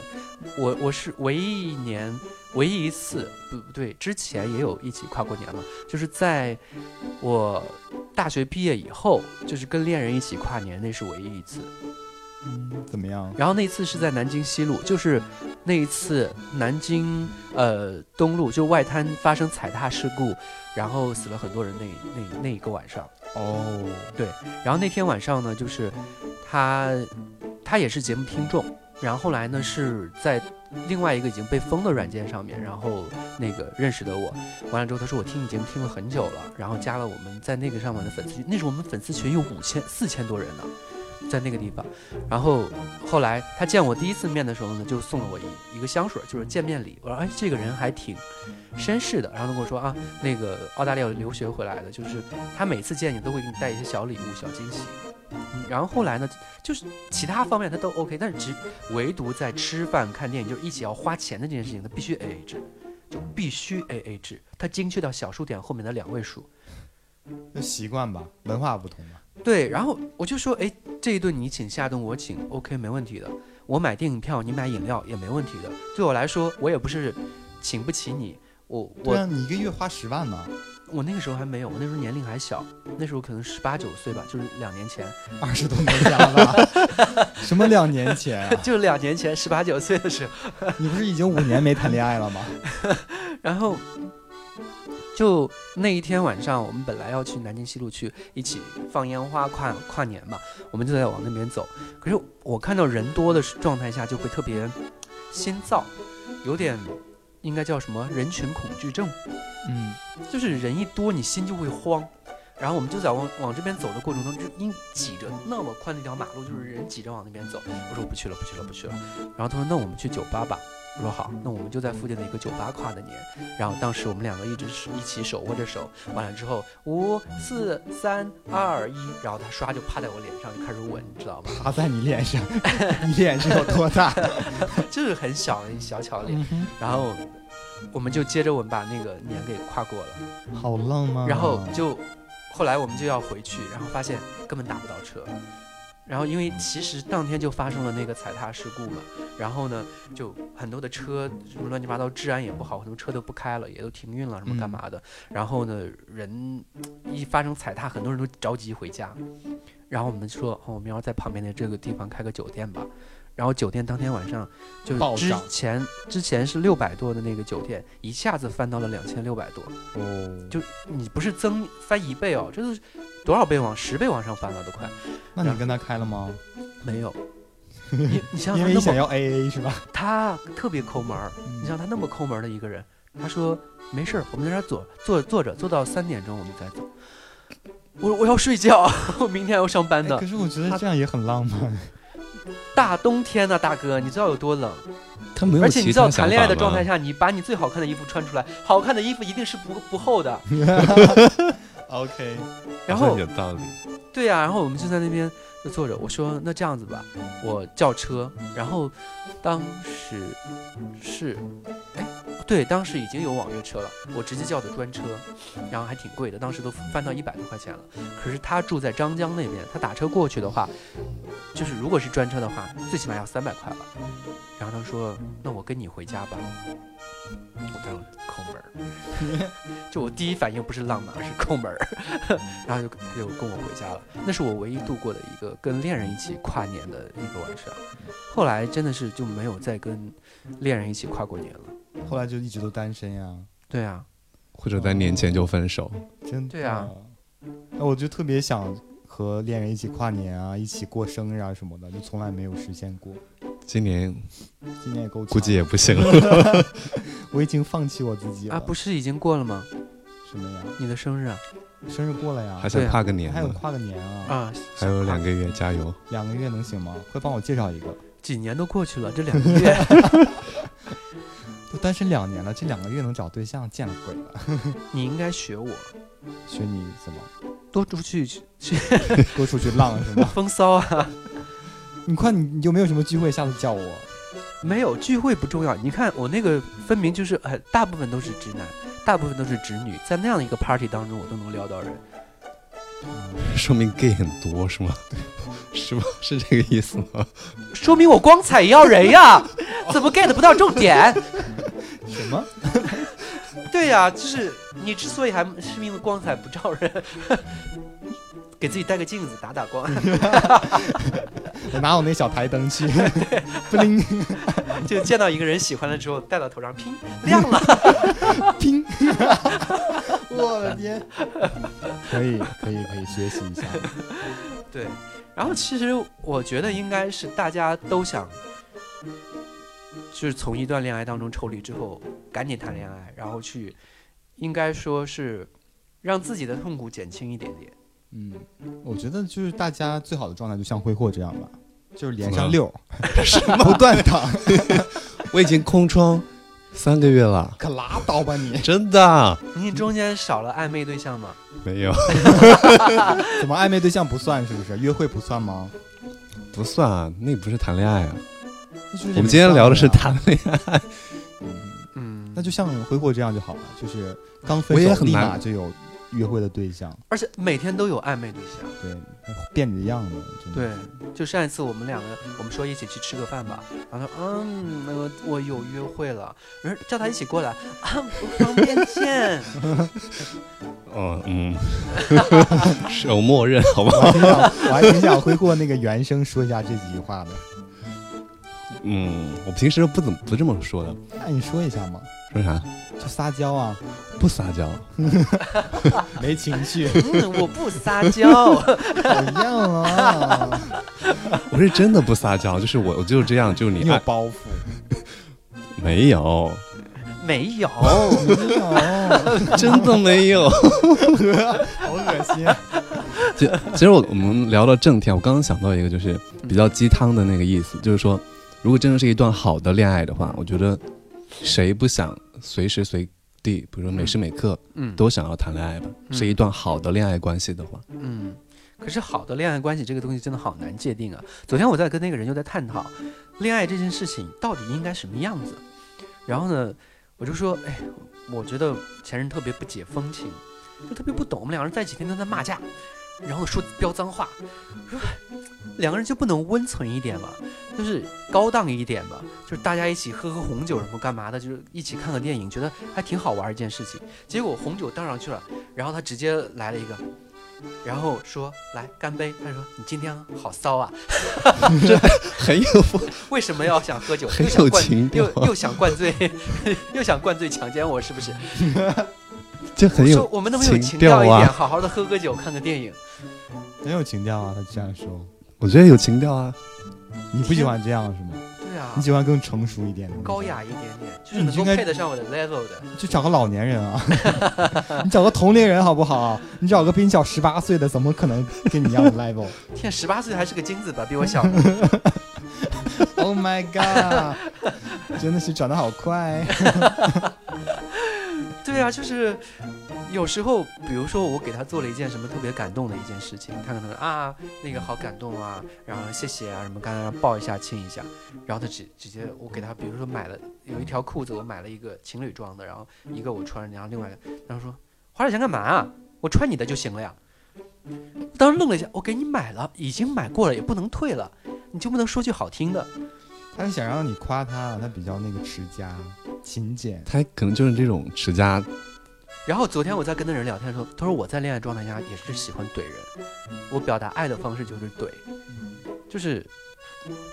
B: 我我是唯一一年，唯一一次，不不对，之前也有一起跨过年了，就是在我大学毕业以后，就是跟恋人一起跨年，那是唯一一次。
D: 怎么样？
B: 然后那次是在南京西路，就是那一次南京呃东路就外滩发生踩踏事故，然后死了很多人那那那一个晚上。
D: 哦，
B: 然后那天晚上呢，就是他他也是节目听众，然后后来呢是在另外一个已经被封的软件上面，然后那个认识的我。完了之后，他说我听你节目听了很久了，然后加了我们在那个上面的粉丝群，那时候我们粉丝群有五千四千多人呢。在那个地方，然后后来他见我第一次面的时候呢，就送了我一一个香水，就是见面礼。我说，哎，这个人还挺绅士的。然后他跟我说啊，那个澳大利亚留学回来的，就是他每次见你都会给你带一些小礼物、小惊喜。嗯然后后来呢，就是其他方面他都 OK，但是只唯独在吃饭、看电影，就是一起要花钱的这件事情，他必须 AA 制，就必须 AA 制。他精确到小数点后面的两位数。
D: 那习惯吧，文化不同嘛。
B: 对，然后我就说，哎，这一顿你请，下顿我请，OK，没问题的。我买电影票，你买饮料也没问题的。对我来说，我也不是请不起你，我
D: 对
B: 我
D: 啊，你一个月花十万呢，
B: 我那个时候还没有，我那时候年龄还小，那时候可能十八九岁吧，就是两年前，
D: 二十多年前了吧？ 什么两年前啊？
B: 就是两年前十八九岁的时候。
D: 你不是已经五年没谈恋爱了吗？
B: 然后就那一天晚上，我们本来要去南京西路去一起放烟花跨跨年嘛，我们就在往那边走。可是我看到人多的状态下，就会特别心燥，有点应该叫什么人群恐惧症。
D: 嗯，
B: 就是人一多，你心就会慌。然后我们就在往往这边走的过程中，就因挤着那么宽的一条马路，就是人挤着往那边走。我说我不去了，不去了，不去了。然后他说那我们去酒吧吧。我说好，那我们就在附近的一个酒吧跨的年。然后当时我们两个一直是一起手握着手，完了之后五四三二一，然后他唰就趴在我脸上就开始吻，你知道吗？
D: 趴在你脸上，你脸是有多大？
B: 就是很小的一小巧
D: 嗯
B: 脸。然后我们就接着吻把那个年给跨过了。
D: 好浪漫啊。
B: 然后就后来我们就要回去，然后发现根本打不到车。然后因为其实当天就发生了那个踩踏事故嘛，然后呢，就很多的车什么乱七八糟，治安也不好，很多车都不开了，也都停运了，什么干嘛的。然后呢，人一发生踩踏，很多人都着急回家。然后我们说，哦，我们要在旁边的这个地方开个酒店吧。然后酒店当天晚上就
D: 暴
B: 之
D: 涨
B: 前之前是六百多的那个酒店，一下子翻到了两千六百多。
D: 哦，
B: 就你不是增翻一倍哦，这都是多少倍往十倍往上翻了都快。
D: 那你跟他开了吗？
B: 没 有，你你想
D: 因
B: 想他
D: 为你想
B: 那么
D: 要 AA 是吧？
B: 他特别抠门儿，你想他那么抠门儿的一个人，他说没事儿，我们在这儿坐坐坐着，坐到三点钟我们再走。我我要睡觉， 我明天还要上班
D: 哎
B: 的
D: 可。是我觉得这样也很浪漫。
B: 大冬天呢、大哥，你知道有多冷？
E: 他没有
B: 而且你
E: 其
B: 知道
E: 他
B: 谈
E: 想
B: 恋爱的
E: 法
B: 状态
E: 吗？
B: 下，你把你最好看的衣服穿出来，好看的衣服一定是不不厚 的。
D: OK，
B: 然
E: 好像
B: 后
E: 有道理，
B: 对啊呀、然后我们就在那边就坐着。我说那这样子吧，我叫车。然后当时是，哎，对，当时已经有网约车了，我直接叫的专车，然后还挺贵的，当时都翻到一百多块钱了。可是他住在张江那边，他打车过去的话，就是如果是专车的话，最起码要三百块了。然后他说：“那我跟你回家吧。”我当时抠门儿， 就我第一反应不是浪漫，而是抠门儿。然后就他就跟我回家了。那是我唯一度过的一个跟恋人一起跨年的一个晚上。后来真的是就没有再跟恋人一起跨过年了。
D: 后来就一直都单身呀，
B: 对啊，
E: 或者在年前就分手，
D: 真的。
B: 对啊，
D: 那我就特别想和恋人一起跨年啊，一起过生日啊什么的，就从来没有实现过。
E: 今年
D: 今年也够
E: 估计也
D: 呛
E: 不行了。
D: 我已经放弃我自己了。
B: 啊，不是已经过了吗？
D: 什么呀，
B: 你的生日啊？
D: 生日过了呀
E: 还，想
B: 对啊
E: 跨个年
D: 还有
E: 呢，
D: 跨个年啊，
B: 啊，
E: 还有两个月，加油！
D: 两个月能行吗？快帮我介绍一个。
B: 几年都过去了，这两个月
D: 都单身两年了，这两个月能找对象，见了鬼了！
B: 你应该学我，
D: 学你怎 么
B: 多出去去
D: 多出去浪是吗？
B: 风骚啊。
D: 你快，你你有没有什么聚会？下次叫我。
B: 没有聚会不重要，你看我那个分明就是很、大部分都是直男，大部分都是直女，在那样一个 party 当中，我都能撩到人。
E: 说明 gay 很多是吗？是吗？是这个意思吗？
B: 说明我光彩耀人呀， 怎么 get 不到重点？
D: 什么？
B: 对呀、就是你之所以还是因为光彩不照人， 给自己带个镜子打打光，
D: 我拿我那小台灯 去，不灵
B: 就见到一个人喜欢了之后戴到头上，拼亮了。
D: 拼。我的天！可以，可以，可以学习一下。
B: 对，然后其实我觉得应该是大家都想，就是从一段恋爱当中抽离之后，赶紧谈恋爱，然后去，应该说是让自己的痛苦减轻一点点。
D: 嗯，我觉得就是大家最好的状态，就像挥霍这样吧，就是连
E: 怎么
D: 上
E: 了
D: 六，不断躺，
E: 我已经空窗三个月了，
D: 可拉倒吧你！
E: 真的啊
B: 你中间少了暧昧对象吗？
E: 没有，
D: 怎么暧昧对象不算是不是？约会不算吗？
E: 不算啊，那不是谈恋爱啊。
D: 那就是
E: 我们今天聊的是
D: 没算
E: 谈恋爱，
B: 嗯，
D: 那就像挥霍这样就好了，就是刚分
E: 我也
D: 手
E: 很
D: 立
E: 难
D: 马就有约会的对象，
B: 而且每天都有暧昧对象。
D: 对，变着样子，真的。
B: 对，就上一次我们两个，我们说一起去吃个饭吧，然后他说嗯，呃我有约会了，然后叫他一起过来啊，不方便见。
E: 哦，嗯， 是我默认好吧？
D: 我还挺想，我还挺想挥霍那个原声说一下这几句话的。
E: 嗯，我平时不怎么不这么说的，
D: 那你说一下嘛，
E: 说啥
D: 就撒娇啊，
E: 不撒娇，
D: 没情绪，
B: 嗯，我不撒娇，
D: 讨厌啊，
E: 我是真的不撒娇，就是我我就这样，就
D: 你
E: 你
D: 有
E: 爱
D: 包袱，
E: 没 有，
B: 没有，
D: 哦 没有，啊
E: 真的没有。
D: 好恶心，
E: 其 其实我我们聊到正片，我刚刚想到一个就是比较鸡汤的那个意思，就是说，如果真的是一段好的恋爱的话，我觉得谁不想随时随地，比如说每时每刻
B: 嗯，
E: 都想要谈恋爱吧？
B: 嗯
E: 是一段好的恋爱关系的话，
B: 嗯，可是好的恋爱关系这个东西真的好难界定啊。昨天我在跟那个人就在探讨，恋爱这件事情到底应该什么样子。然后呢，我就说，哎，我觉得前任特别不解风情，就特别不懂。我们两个人在一起天天在骂架，然后说飙脏话，我说两个人就不能温存一点嘛，就是高档一点嘛，就是大家一起喝喝红酒什么干嘛的，就是一起看个电影，觉得还挺好玩儿一件事情。结果红酒倒上去了，然后他直接来了一个。然后说来干杯，他说你今天好骚啊，
E: 很有
B: 为什么要想喝酒？
E: 很
B: 又想
E: 有
B: 灌
E: 情调啊
B: 又，又想灌醉， 又想灌醉强奸我是不是？
E: 就很
B: 说
E: 有
B: 我们能不能有
E: 情
B: 情调一
E: 调啊
B: 点，好好的喝个酒，看个电影？
D: 很有情调啊，他这样说，
E: 我觉得有情调啊。
D: 你不喜欢这样是吗？
B: 对啊
D: 你，喜欢更成熟一点的，
B: 高，雅一点点，就是
D: 嗯
B: 能
D: 应
B: 够
D: 该
B: 配得上我的 level 的。
D: 就找个老年人啊， 你找个同龄人好不好？你找个比你小十八岁的，怎么可能跟你一样 的 level？Oh
B: 天，十八岁还是个金子吧，比我 小。
D: Oh my god，真的是长得好快，
B: 对啊，就是有时候，比如说我给他做了一件什么特别感动的一件事情，他可能啊那个好感动啊，然后谢谢啊什么，刚刚抱一下亲一下，然后他直直接我给他，比如说买了有一条裤子，我买了一个情侣装的，然后一个我穿，然后另外一个，然后说花点钱干嘛啊？我穿你的就行了呀。当时愣了一下，我给你买了，已经买过了，也不能退了，你就不能说句好听的？
D: 他是想让你夸他，他比较那个持家勤俭，
E: 他可能就是这种持家，
B: 然后昨天我在跟那人聊天的时候，他说我在恋爱状态下也是喜欢怼人，我表达爱的方式就是怼，就是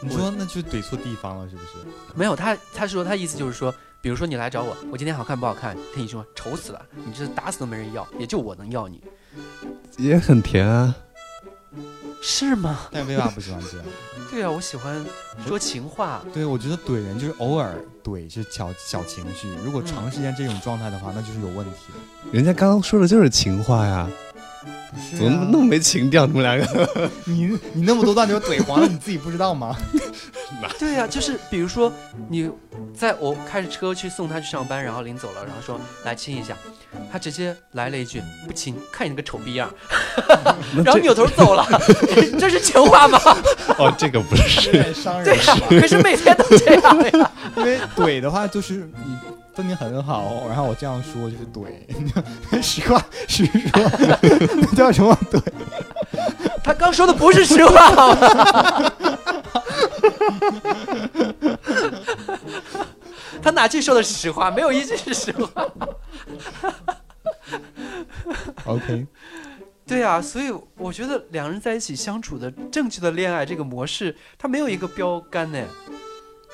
D: 你说那就怼错地方了是不是？
B: 没有他，他说他意思就是说，比如说你来找我，我今天好看不好看？听你说丑死了，你这打死都没人要，也就我能要你，
E: 也很甜啊。
B: 是吗？
D: 但薇娃不喜欢 这样。
B: 对啊，我喜欢说情话，
D: 对，我觉得怼人就是偶尔怼是小小情绪，如果长时间这种状态的话，那就是有问题的。
E: 人家刚刚说的就是情话呀，
D: 是啊啊
E: 怎么那么没情调？你们两个
D: 你你那么多段就怼黄了，你自己不知道吗？
B: 对啊，就是比如说你在我开着车去送他去上班，然后临走了，然后说来亲一下，他直接来了一句不亲，看你那个丑逼样 儿，
E: 那
B: 然后
E: 这
B: 扭头走了， 这是情话吗？
E: 哦，这个不是
D: 有点伤
B: 对
D: 人
B: 呀、
D: 是吧？
B: 可是每天都这 样哎呀。
D: 因为怼的话就是你分明很好，然后我这样说就是怼， 实话实说， 那叫什么怼？
B: 他刚说的不是实话， 好吗？他哪句说的是实话？没有一句是实话。
D: OK，
B: 对啊，所以我觉得两人在一起相处的正确的恋爱这个模式，它没有一个标杆呢。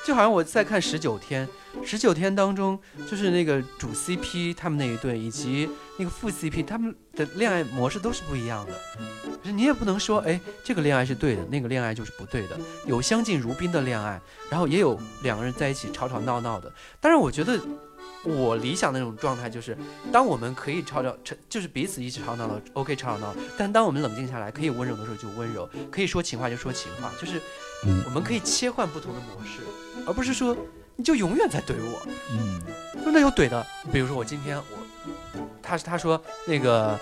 B: 就好像我在看《十九天》，《十九天》当中就是那个主 CP 他们那一对，以及那个副 CP 他们的恋爱模式都是不一样的。可是你也不能说，哎，这个恋爱是对的，那个恋爱就是不对的。有相敬如宾的恋爱，然后也有两个人在一起吵吵闹闹的。但是我觉得，我理想的那种状态就是，当我们可以吵吵，吵就是彼此一起吵吵闹闹，OK 吵吵闹，但当我们冷静下来，可以温柔的时候就温柔，可以说情话就说情话，就是
E: 嗯
B: 我们可以切换不同的模式，而不是说你就永远在怼我。
D: 嗯，
B: 那有怼的，比如说我今天我，他他说那个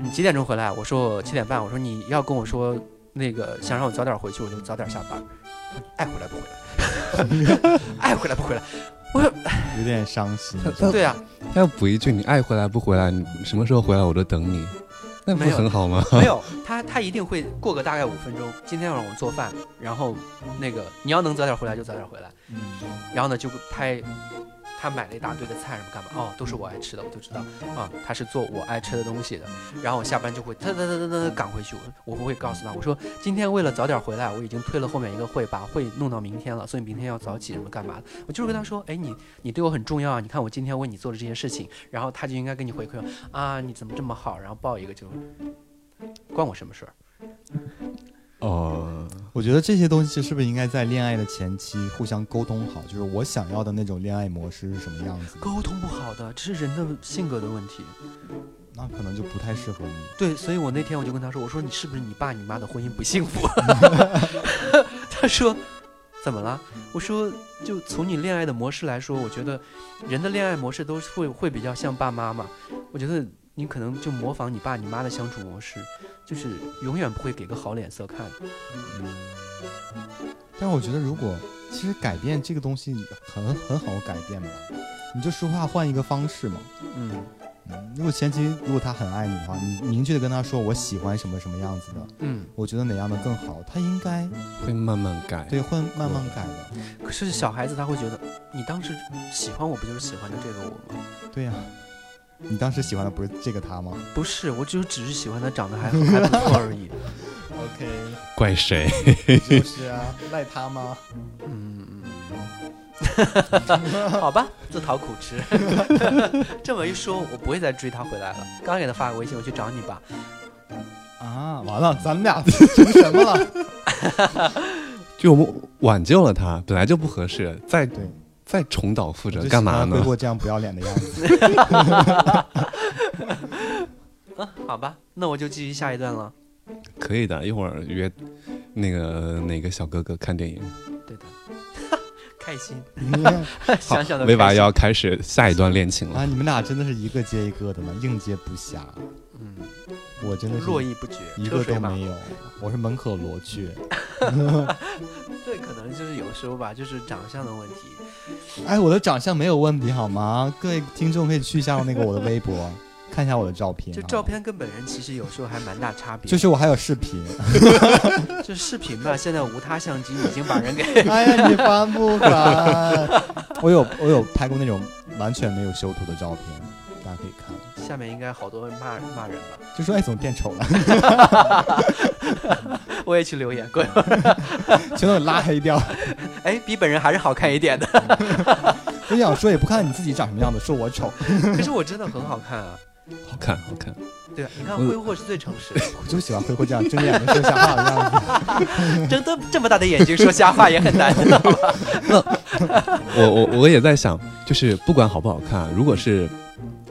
B: 你几点钟回来？我说嗯我七点半。我说你要跟我说那个想让我早点回去，我就早点下班。爱回来不回来，爱回来不回来。
D: 有点伤心。
E: 他他
B: 对啊，
E: 他要补一句：“你爱回来不回来，你什么时候回来我都等你。”那不
B: 没
E: 是
B: 有
E: 很好吗？
B: 没有他他一定会过个大概五分钟。今天让我做饭，然后那个你要能早点回来就早点回来。
D: 嗯
B: 然后呢就拍他买了一大堆的菜什么干嘛？哦，都是我爱吃的，我就知道啊，他是做我爱吃的东西的。然后我下班就会哒哒哒哒哒赶回去，我我不会告诉他，我说今天为了早点回来，我已经推了后面一个会，把会弄到明天了，所以明天要早起什么干嘛的。我就是跟他说，哎，你你对我很重要啊，你看我今天为你做的这些事情，然后他就应该跟你回馈啊，你怎么这么好，然后抱一个就关我什么事儿？
E: 哦，
D: 我觉得这些东西是不是应该在恋爱的前期互相沟通好？就是我想要的那种恋爱模式是什么样子的？
B: 沟通不好的，这是人的性格的问题。
D: 那可能就不太适合你。
B: 对，所以我那天我就跟他说，我说你是不是你爸你妈的婚姻不幸福？ 他说怎么了？我说就从你恋爱的模式来说，我觉得人的恋爱模式都是会会比较像爸妈嘛。我觉得你可能就模仿你爸你妈的相处模式，就是永远不会给个好脸色看。
D: 但是我觉得，如果其实改变这个东西很很好改变嘛，你就说话换一个方式嘛。
B: 嗯
D: 嗯，如果前期如果他很爱你的话，你明确的跟他说我喜欢什么什么样子的，
B: 嗯。
D: 我觉得哪样的更好，他应该
E: 会慢慢改。
D: 对会慢慢改的。
B: 可是小孩子他会觉得，你当时喜欢我不就是喜欢的这个我吗？
D: 对呀、你当时喜欢的不是这个他吗
B: 不是，我就只是喜欢他长得还很还不错而已。
D: ？OK，
E: 怪谁？
D: 就是啊，赖他吗？
B: 嗯，好吧，自讨苦吃。 这么一说，我不会再追他回来了。刚给他发个微信，我去找你吧。
D: 啊，完了，咱们俩成什么了？
E: 就我们挽救了他，本来就不合适，再
D: 对，
E: 再重蹈覆辙
D: 我就
E: 干嘛
D: 喜欢
E: 呢
D: 挥？霍这样不要脸的样 子。
B: 嗯，好吧，那我就继续下一段了。
E: 可以的，一会儿约那个哪个小哥哥看电影。
B: 对的， 开心，
D: 你
B: 想想都
E: 薇娃
B: 开心
E: 要开始下一段恋情了
D: 啊，。你们俩真的是一个接一个的呢，应接不暇。
B: 嗯，
D: 我真的是
B: 络绎不绝，
D: 一
B: 车
D: 个
B: 水
D: 都
B: 马
D: 没有，我是门可罗雀。
B: 对，可能就是有时候吧，就是长相的问题。
D: 哎，我的长相没有问题好吗？各位听众可以去一下那个我的 微博，看一下我的照片。
B: 就照，片跟本人其实有时候还蛮大差别。
D: 就是我还有视 频。
B: 就是视频吧，现在无他相机已经把人给
D: 哎呀，你烦不烦？ 我有我有拍过那种完全没有修图的照片，大家可以看。
B: 下面应该好多人骂骂人吧。
D: 就说哎，怎么变丑了？
B: 我也去留言过，
D: 全都给拉黑掉。
B: 哎，比本人还是好看一点的。
D: 我想说，也不看你自己长什么样子，说我丑，
B: 可是我真的很好看啊，
E: 好看，好看。
B: 对啊，你看
E: 我
B: 挥霍是最诚实的，
D: 我就喜欢挥霍这样睁着眼睛说瞎话的样子。
B: 睁这这么大的眼睛说瞎话也很难， 知道吗？
E: 我我我也在想，就是不管好不好看，如果是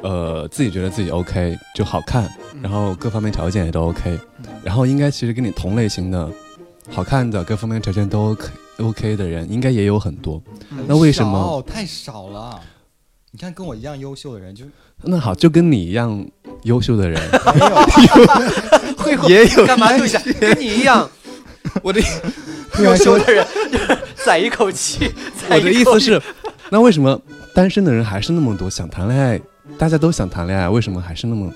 E: 呃自己觉得自己 OK 就好看，
B: 嗯
E: 然后各方面条件也都 OK，然后应该其实跟你同类型的、好看的、各方面条件都 OK OK 的人，应该也有很多。 那为什么
D: 少？太少了。你看，跟我一样优秀的人，就
E: 那好，就跟你一样优 秀的人，
D: 没有。
B: 挥霍
E: 也有
B: 干嘛 对一下？
E: 哎
B: 跟你一样
E: 我的啊
D: 听
B: 优
D: 完
B: 秀
D: 说
B: 的人，攒一口气，
E: 我
B: 攒
E: 的
B: 一
E: 意
B: 口
E: 思
B: 气。
E: 是，那为什么单身的人还是那么多？想谈恋爱，大家都想谈恋爱，为什么还是那么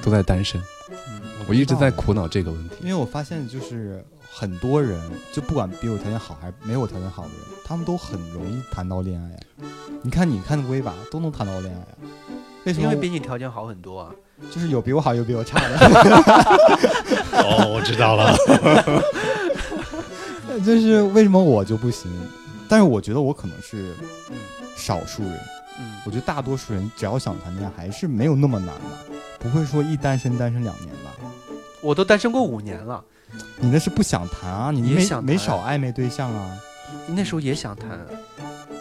E: 都在单身？我一直
D: 哦
B: 嗯
E: 在苦恼这个问
D: 因
E: 题。
D: 为我发现就是很多人，就不管比我条件好还是没我条件好的人，他们都很容易谈到恋爱呀、你看，你看薇吧，都能谈到恋爱呀、为什
B: 因
D: 么
B: 为
D: 我
B: 比你条件好很多啊，
D: 就是有比我好，有比我差的？
E: 哦，我知道了。
D: 就是为什么我就不行？但是我觉得我可能是
B: 嗯
D: 少数人，
B: 嗯，
D: 我觉得大多数人只要想谈恋爱，还是没有那么难的，不会说一单身单身两年吧？
B: 我都单身过五年了，
D: 你那是不想谈啊，你
B: 也
D: 没
B: 想
D: 没
B: 谈
D: 少暧昧对象啊。
B: 那时候也想谈，啊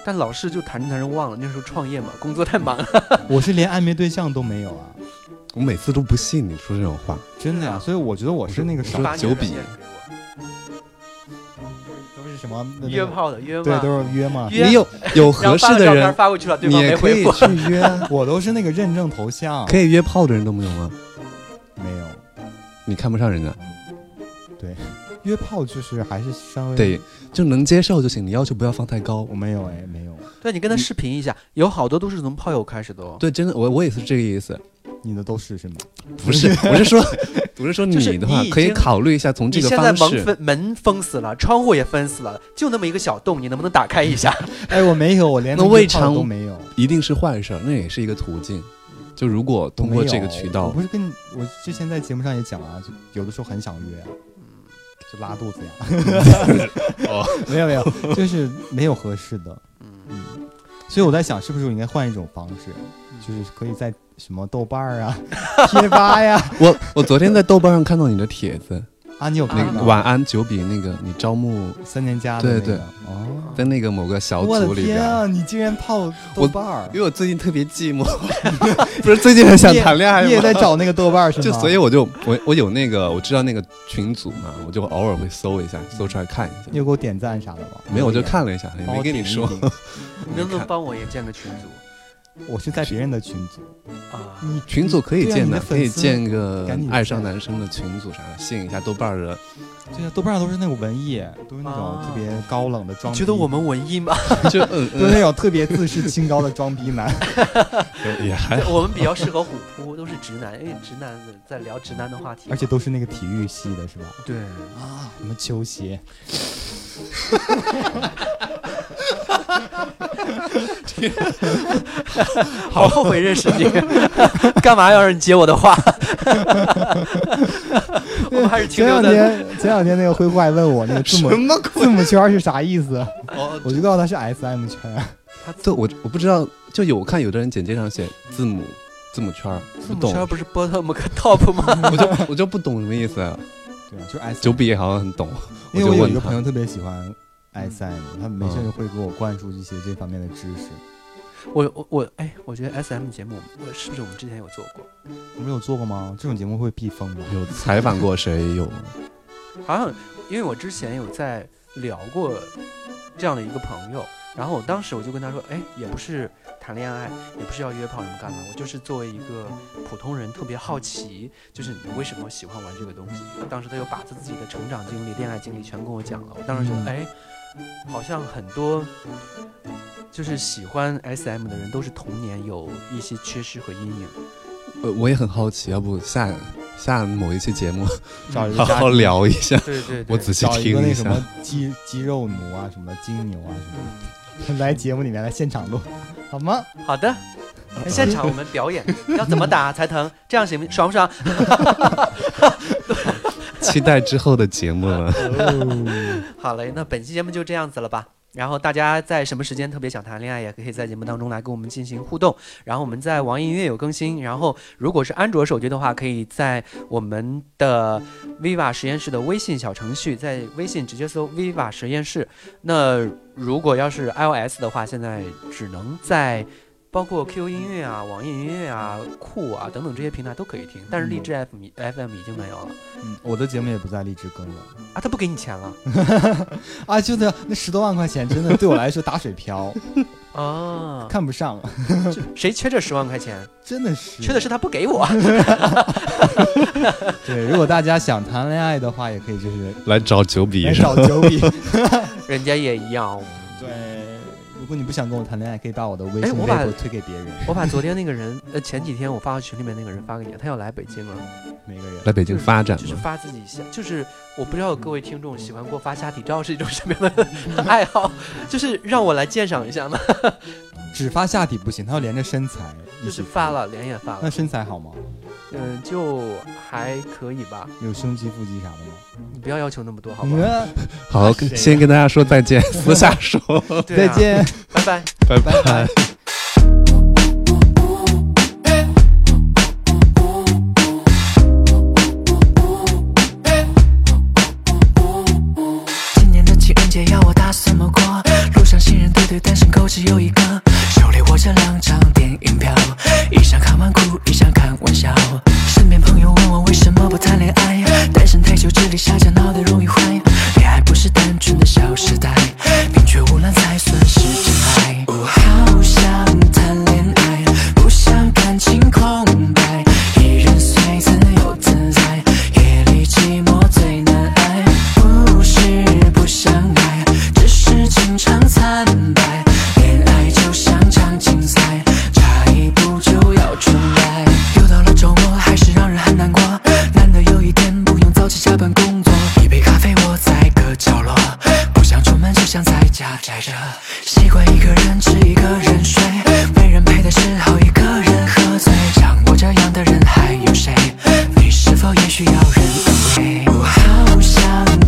B: 但老是就谈着谈着忘了，那时候创业嘛，工作太忙了。
D: 我是连暧昧对象都没有啊，
E: 我每次都不信你说这种话。
D: 真的呀、
B: 啊
D: 所以我觉得我是那个少
E: 说
B: 把你
E: 九
B: 的
E: 比
B: 软件给我
D: 都是什么那
B: 约
D: 那个
B: 炮的约
D: 对，
B: 嘛，
D: 都是约嘛。
B: 约
E: 你有 有
B: 然后
E: 合适
B: 发个
E: 的
B: 照片
E: 人，
B: 发过去了，对
E: 你
B: 方
E: 也
B: 没
E: 可以
B: 回复。
E: 去约啊，
D: 我都是那个认证头像，
E: 可以约炮的人都没有吗？
D: 没有
E: 你看不上人家，
B: 嗯
D: 约炮就是还是稍微
E: 对，就能接受就行，你要求不要放太高
D: 我。没有哎，没有。
B: 对你跟他视频一下，有好多都是从炮友开始的哦。
E: 对，真的，我我也是这个意思。
D: 你的都是是吗？
E: 不是，我是说，我是说
B: 就是
E: 你的话
B: 你已
E: 可以
B: 经
E: 考虑一下从这
B: 你
E: 个
B: 现在
E: 方
B: 门
E: 式。
B: 封门封死了，窗户也封死了，就那么一个小洞，你能不能打开一下？
D: 哎，我没有，我连
E: 那
D: 个
E: 未
D: 泡的
E: 尝
D: 都没有。
E: 一定是坏事儿，那也是一个途径。就如果通过这个渠
D: 我
E: 道
D: 不，是跟你我之前在节目上也讲啊，就有的时候很想约、啊，
E: 嗯
D: 就拉肚子呀。
E: 哦，
D: 没有没有，就是没有合适的。嗯，所以我在想，是不是我应该换一种方式，
E: 嗯
D: 就是可以在什么豆瓣儿啊、贴吧 呀
B: 哎
E: 我我昨天在豆瓣上看到你的帖子，
D: 啊，你有
E: 那
D: 看
B: 嗯
E: 个
D: 到
E: 晚安九比那个你招募
D: 三年加的那个
E: 对对
D: 哦。
E: 在那个某个小
D: 我
E: 组
D: 的
E: 里
D: 天
E: 边，
D: 啊！你竟然泡豆瓣儿
E: 因，为我最近特别寂 寞，不是最近很想谈恋爱
D: 你也在
E: 吗？
D: 找那个豆瓣儿是吗？
E: 就所以我就我我有那个我知道那个群组嘛，我就偶尔会搜一下，搜出来看一
D: 你
E: 下。
D: 有给我点赞啥的吗？
E: 没有，我就看了一下，也
D: 帮
E: 没
D: 我
E: 跟你
D: 点一
E: 说。
D: 点，
B: 你能不能帮我也建个群组
D: 我是在别人的群组，
B: 啊？
D: 你
E: 群组可以
D: 对啊
E: 建
D: 你的
E: 可以
D: 粉丝
E: 建个
D: 赶紧
E: 爱上
D: 建
E: 男生的群组啥的，吸引一下豆瓣儿的。
D: 对啊，豆瓣上都是那种文艺，都是那种
B: 啊
D: 特别高冷的装
B: 你
D: 逼，
B: 觉得我们文艺吗？
E: 就嗯
D: 都是那种特别自视清高的装逼男。
E: 嗯，也还
B: 我们比较适合虎扑，都是直男，因为直男的在聊直男的话
E: 哎
B: 题嘛，
D: 而且都是那个体育系的，是吧？
B: 对，
D: 啊，什么球鞋？
B: 好后悔认识你， 干嘛要让你接我的话？ 我们还是停留
D: 前
B: 在
D: 两天，前两天那个灰姑还问我那个字母
E: 么鬼？
D: 字母圈是啥意思，
E: 哦，
D: 我就告诉他是 S M 圈。
E: 对我我不知道，就有我看有的人简介上写字母字母圈儿，不懂，
B: 圈不是 bottom 和 top 吗？
E: 我就我就不懂什么意 思啊。
D: 对，就是 S。
E: 九比也好像很懂，
D: 因为
E: 我
D: 我
E: 就
D: 有一
E: 问
D: 个
E: 他
D: 朋友特别喜欢 S
B: 嗯
D: M，他没事就会给我灌输一些这方面的知识。
B: 我我我，哎，我觉得 SM 节目，我是不是我们之前有做过？
D: 我们有做过吗？这种节目会避风吗？
E: 有采访过谁有？
B: 好像因为我之前有在聊过这样的一个朋友，然后我当时我就跟他说，哎，也不是谈恋爱，也不是要约炮什么干嘛，我就是作为一个普通人特别好奇，就是你为什么喜欢玩这个东西。当时他又把他自己的成长经历、恋爱经历全跟我讲了，我当时觉
D: 嗯
B: 得，哎，好像很多。就是喜欢 S M 的人都是童年有一些缺失和阴影，
E: 呃，我也很好奇，要不下下某一期节目
D: 找一个
E: 好
D: 家
E: 好聊一下，
B: 嗯对对
E: 我仔细
D: 找一个
E: 听
D: 那什
E: 下
D: 么。肌肌肉奴啊，什么金牛啊什么的，来节目里面来现场录，好吗？
B: 好的，现场我们表演，要怎么打才疼？这样行不行？爽不爽？
E: 期待之后的节目了。
B: 好嘞，那本期节目就这样子了吧。然后大家在什么时间特别想谈恋爱，也可以在节目当中来跟我们进行互动。然后我们在网易音乐有更新。然后如果是安卓手机的话，可以在我们的 Viva 实验室的微信小程序，在微信直接搜 Viva 实验室。那如果要是 iOS 的话，现在只能在包括 QQ 音乐啊、网易音乐啊、酷啊等等这些平台都可以听，但是荔枝 FM FM 已经没有了
D: 嗯，我的节目也不在荔枝更了
B: 啊，他不给你钱了
D: 啊，就那那十多万块钱，真的对我来说打水 漂，
B: 啊，
D: 看不上，
B: 谁缺这十万块钱？
D: 真的是
B: 缺的是他不给 我。
D: 对。如果大家想谈恋爱的话，也可以就是
E: 来找九比
D: 来
E: 是吧
D: 找九 比。
B: 人家也一 样。
D: 对，如果你不想跟我谈恋爱，可以把我的微
B: 哎
D: 信、
B: 我
D: 微
B: 把
D: 博推给别人，
B: 我把昨天那个人，呃，前几天我发到群里面那个人发给你，他要来北京了，
D: 每个人
E: 来。北京发 展
B: 就是
E: 吗？
B: 发自己下，就是我不知道各位听众喜欢过发下体照是一种什么样的 爱好，就是让我来鉴赏一下嘛。
D: 只发下体不行，他要连着身材一
B: 就
D: 起
B: 是发。了，脸也发
D: 嗯那
B: 了，
D: 身材好吗？
B: 嗯，就还可以吧。
D: 有胸肌、腹肌啥的吗？
B: 你不要要求那么多，好吧？
D: 嗯，
E: 好，
D: 谁呀
E: 先跟大家说再见，私下说，
B: 对
D: 嗯再
B: 啊，
D: 见，
B: 拜拜。
E: 拜
D: 拜拜。
F: 今年的情人节要我打算怎么过？路上行人对对，单身狗只有一个，手里握着两张电影票，一张看完哭，一张看完笑。身边朋友问我为什么不谈恋爱，单身太久，智力下降，脑袋容易坏。恋爱不是单纯的小时代，宁缺毋滥才算是真爱。我好想谈恋爱，不想感情空白，一人虽自由自在，夜里寂寞最难挨。不是不相爱，只是情场惨败。恋爱就像场竞赛，习惯一个人吃一个人睡，没人陪的时候一个人喝醉。像我这样的人还有谁？你是否也需要人安慰？我好想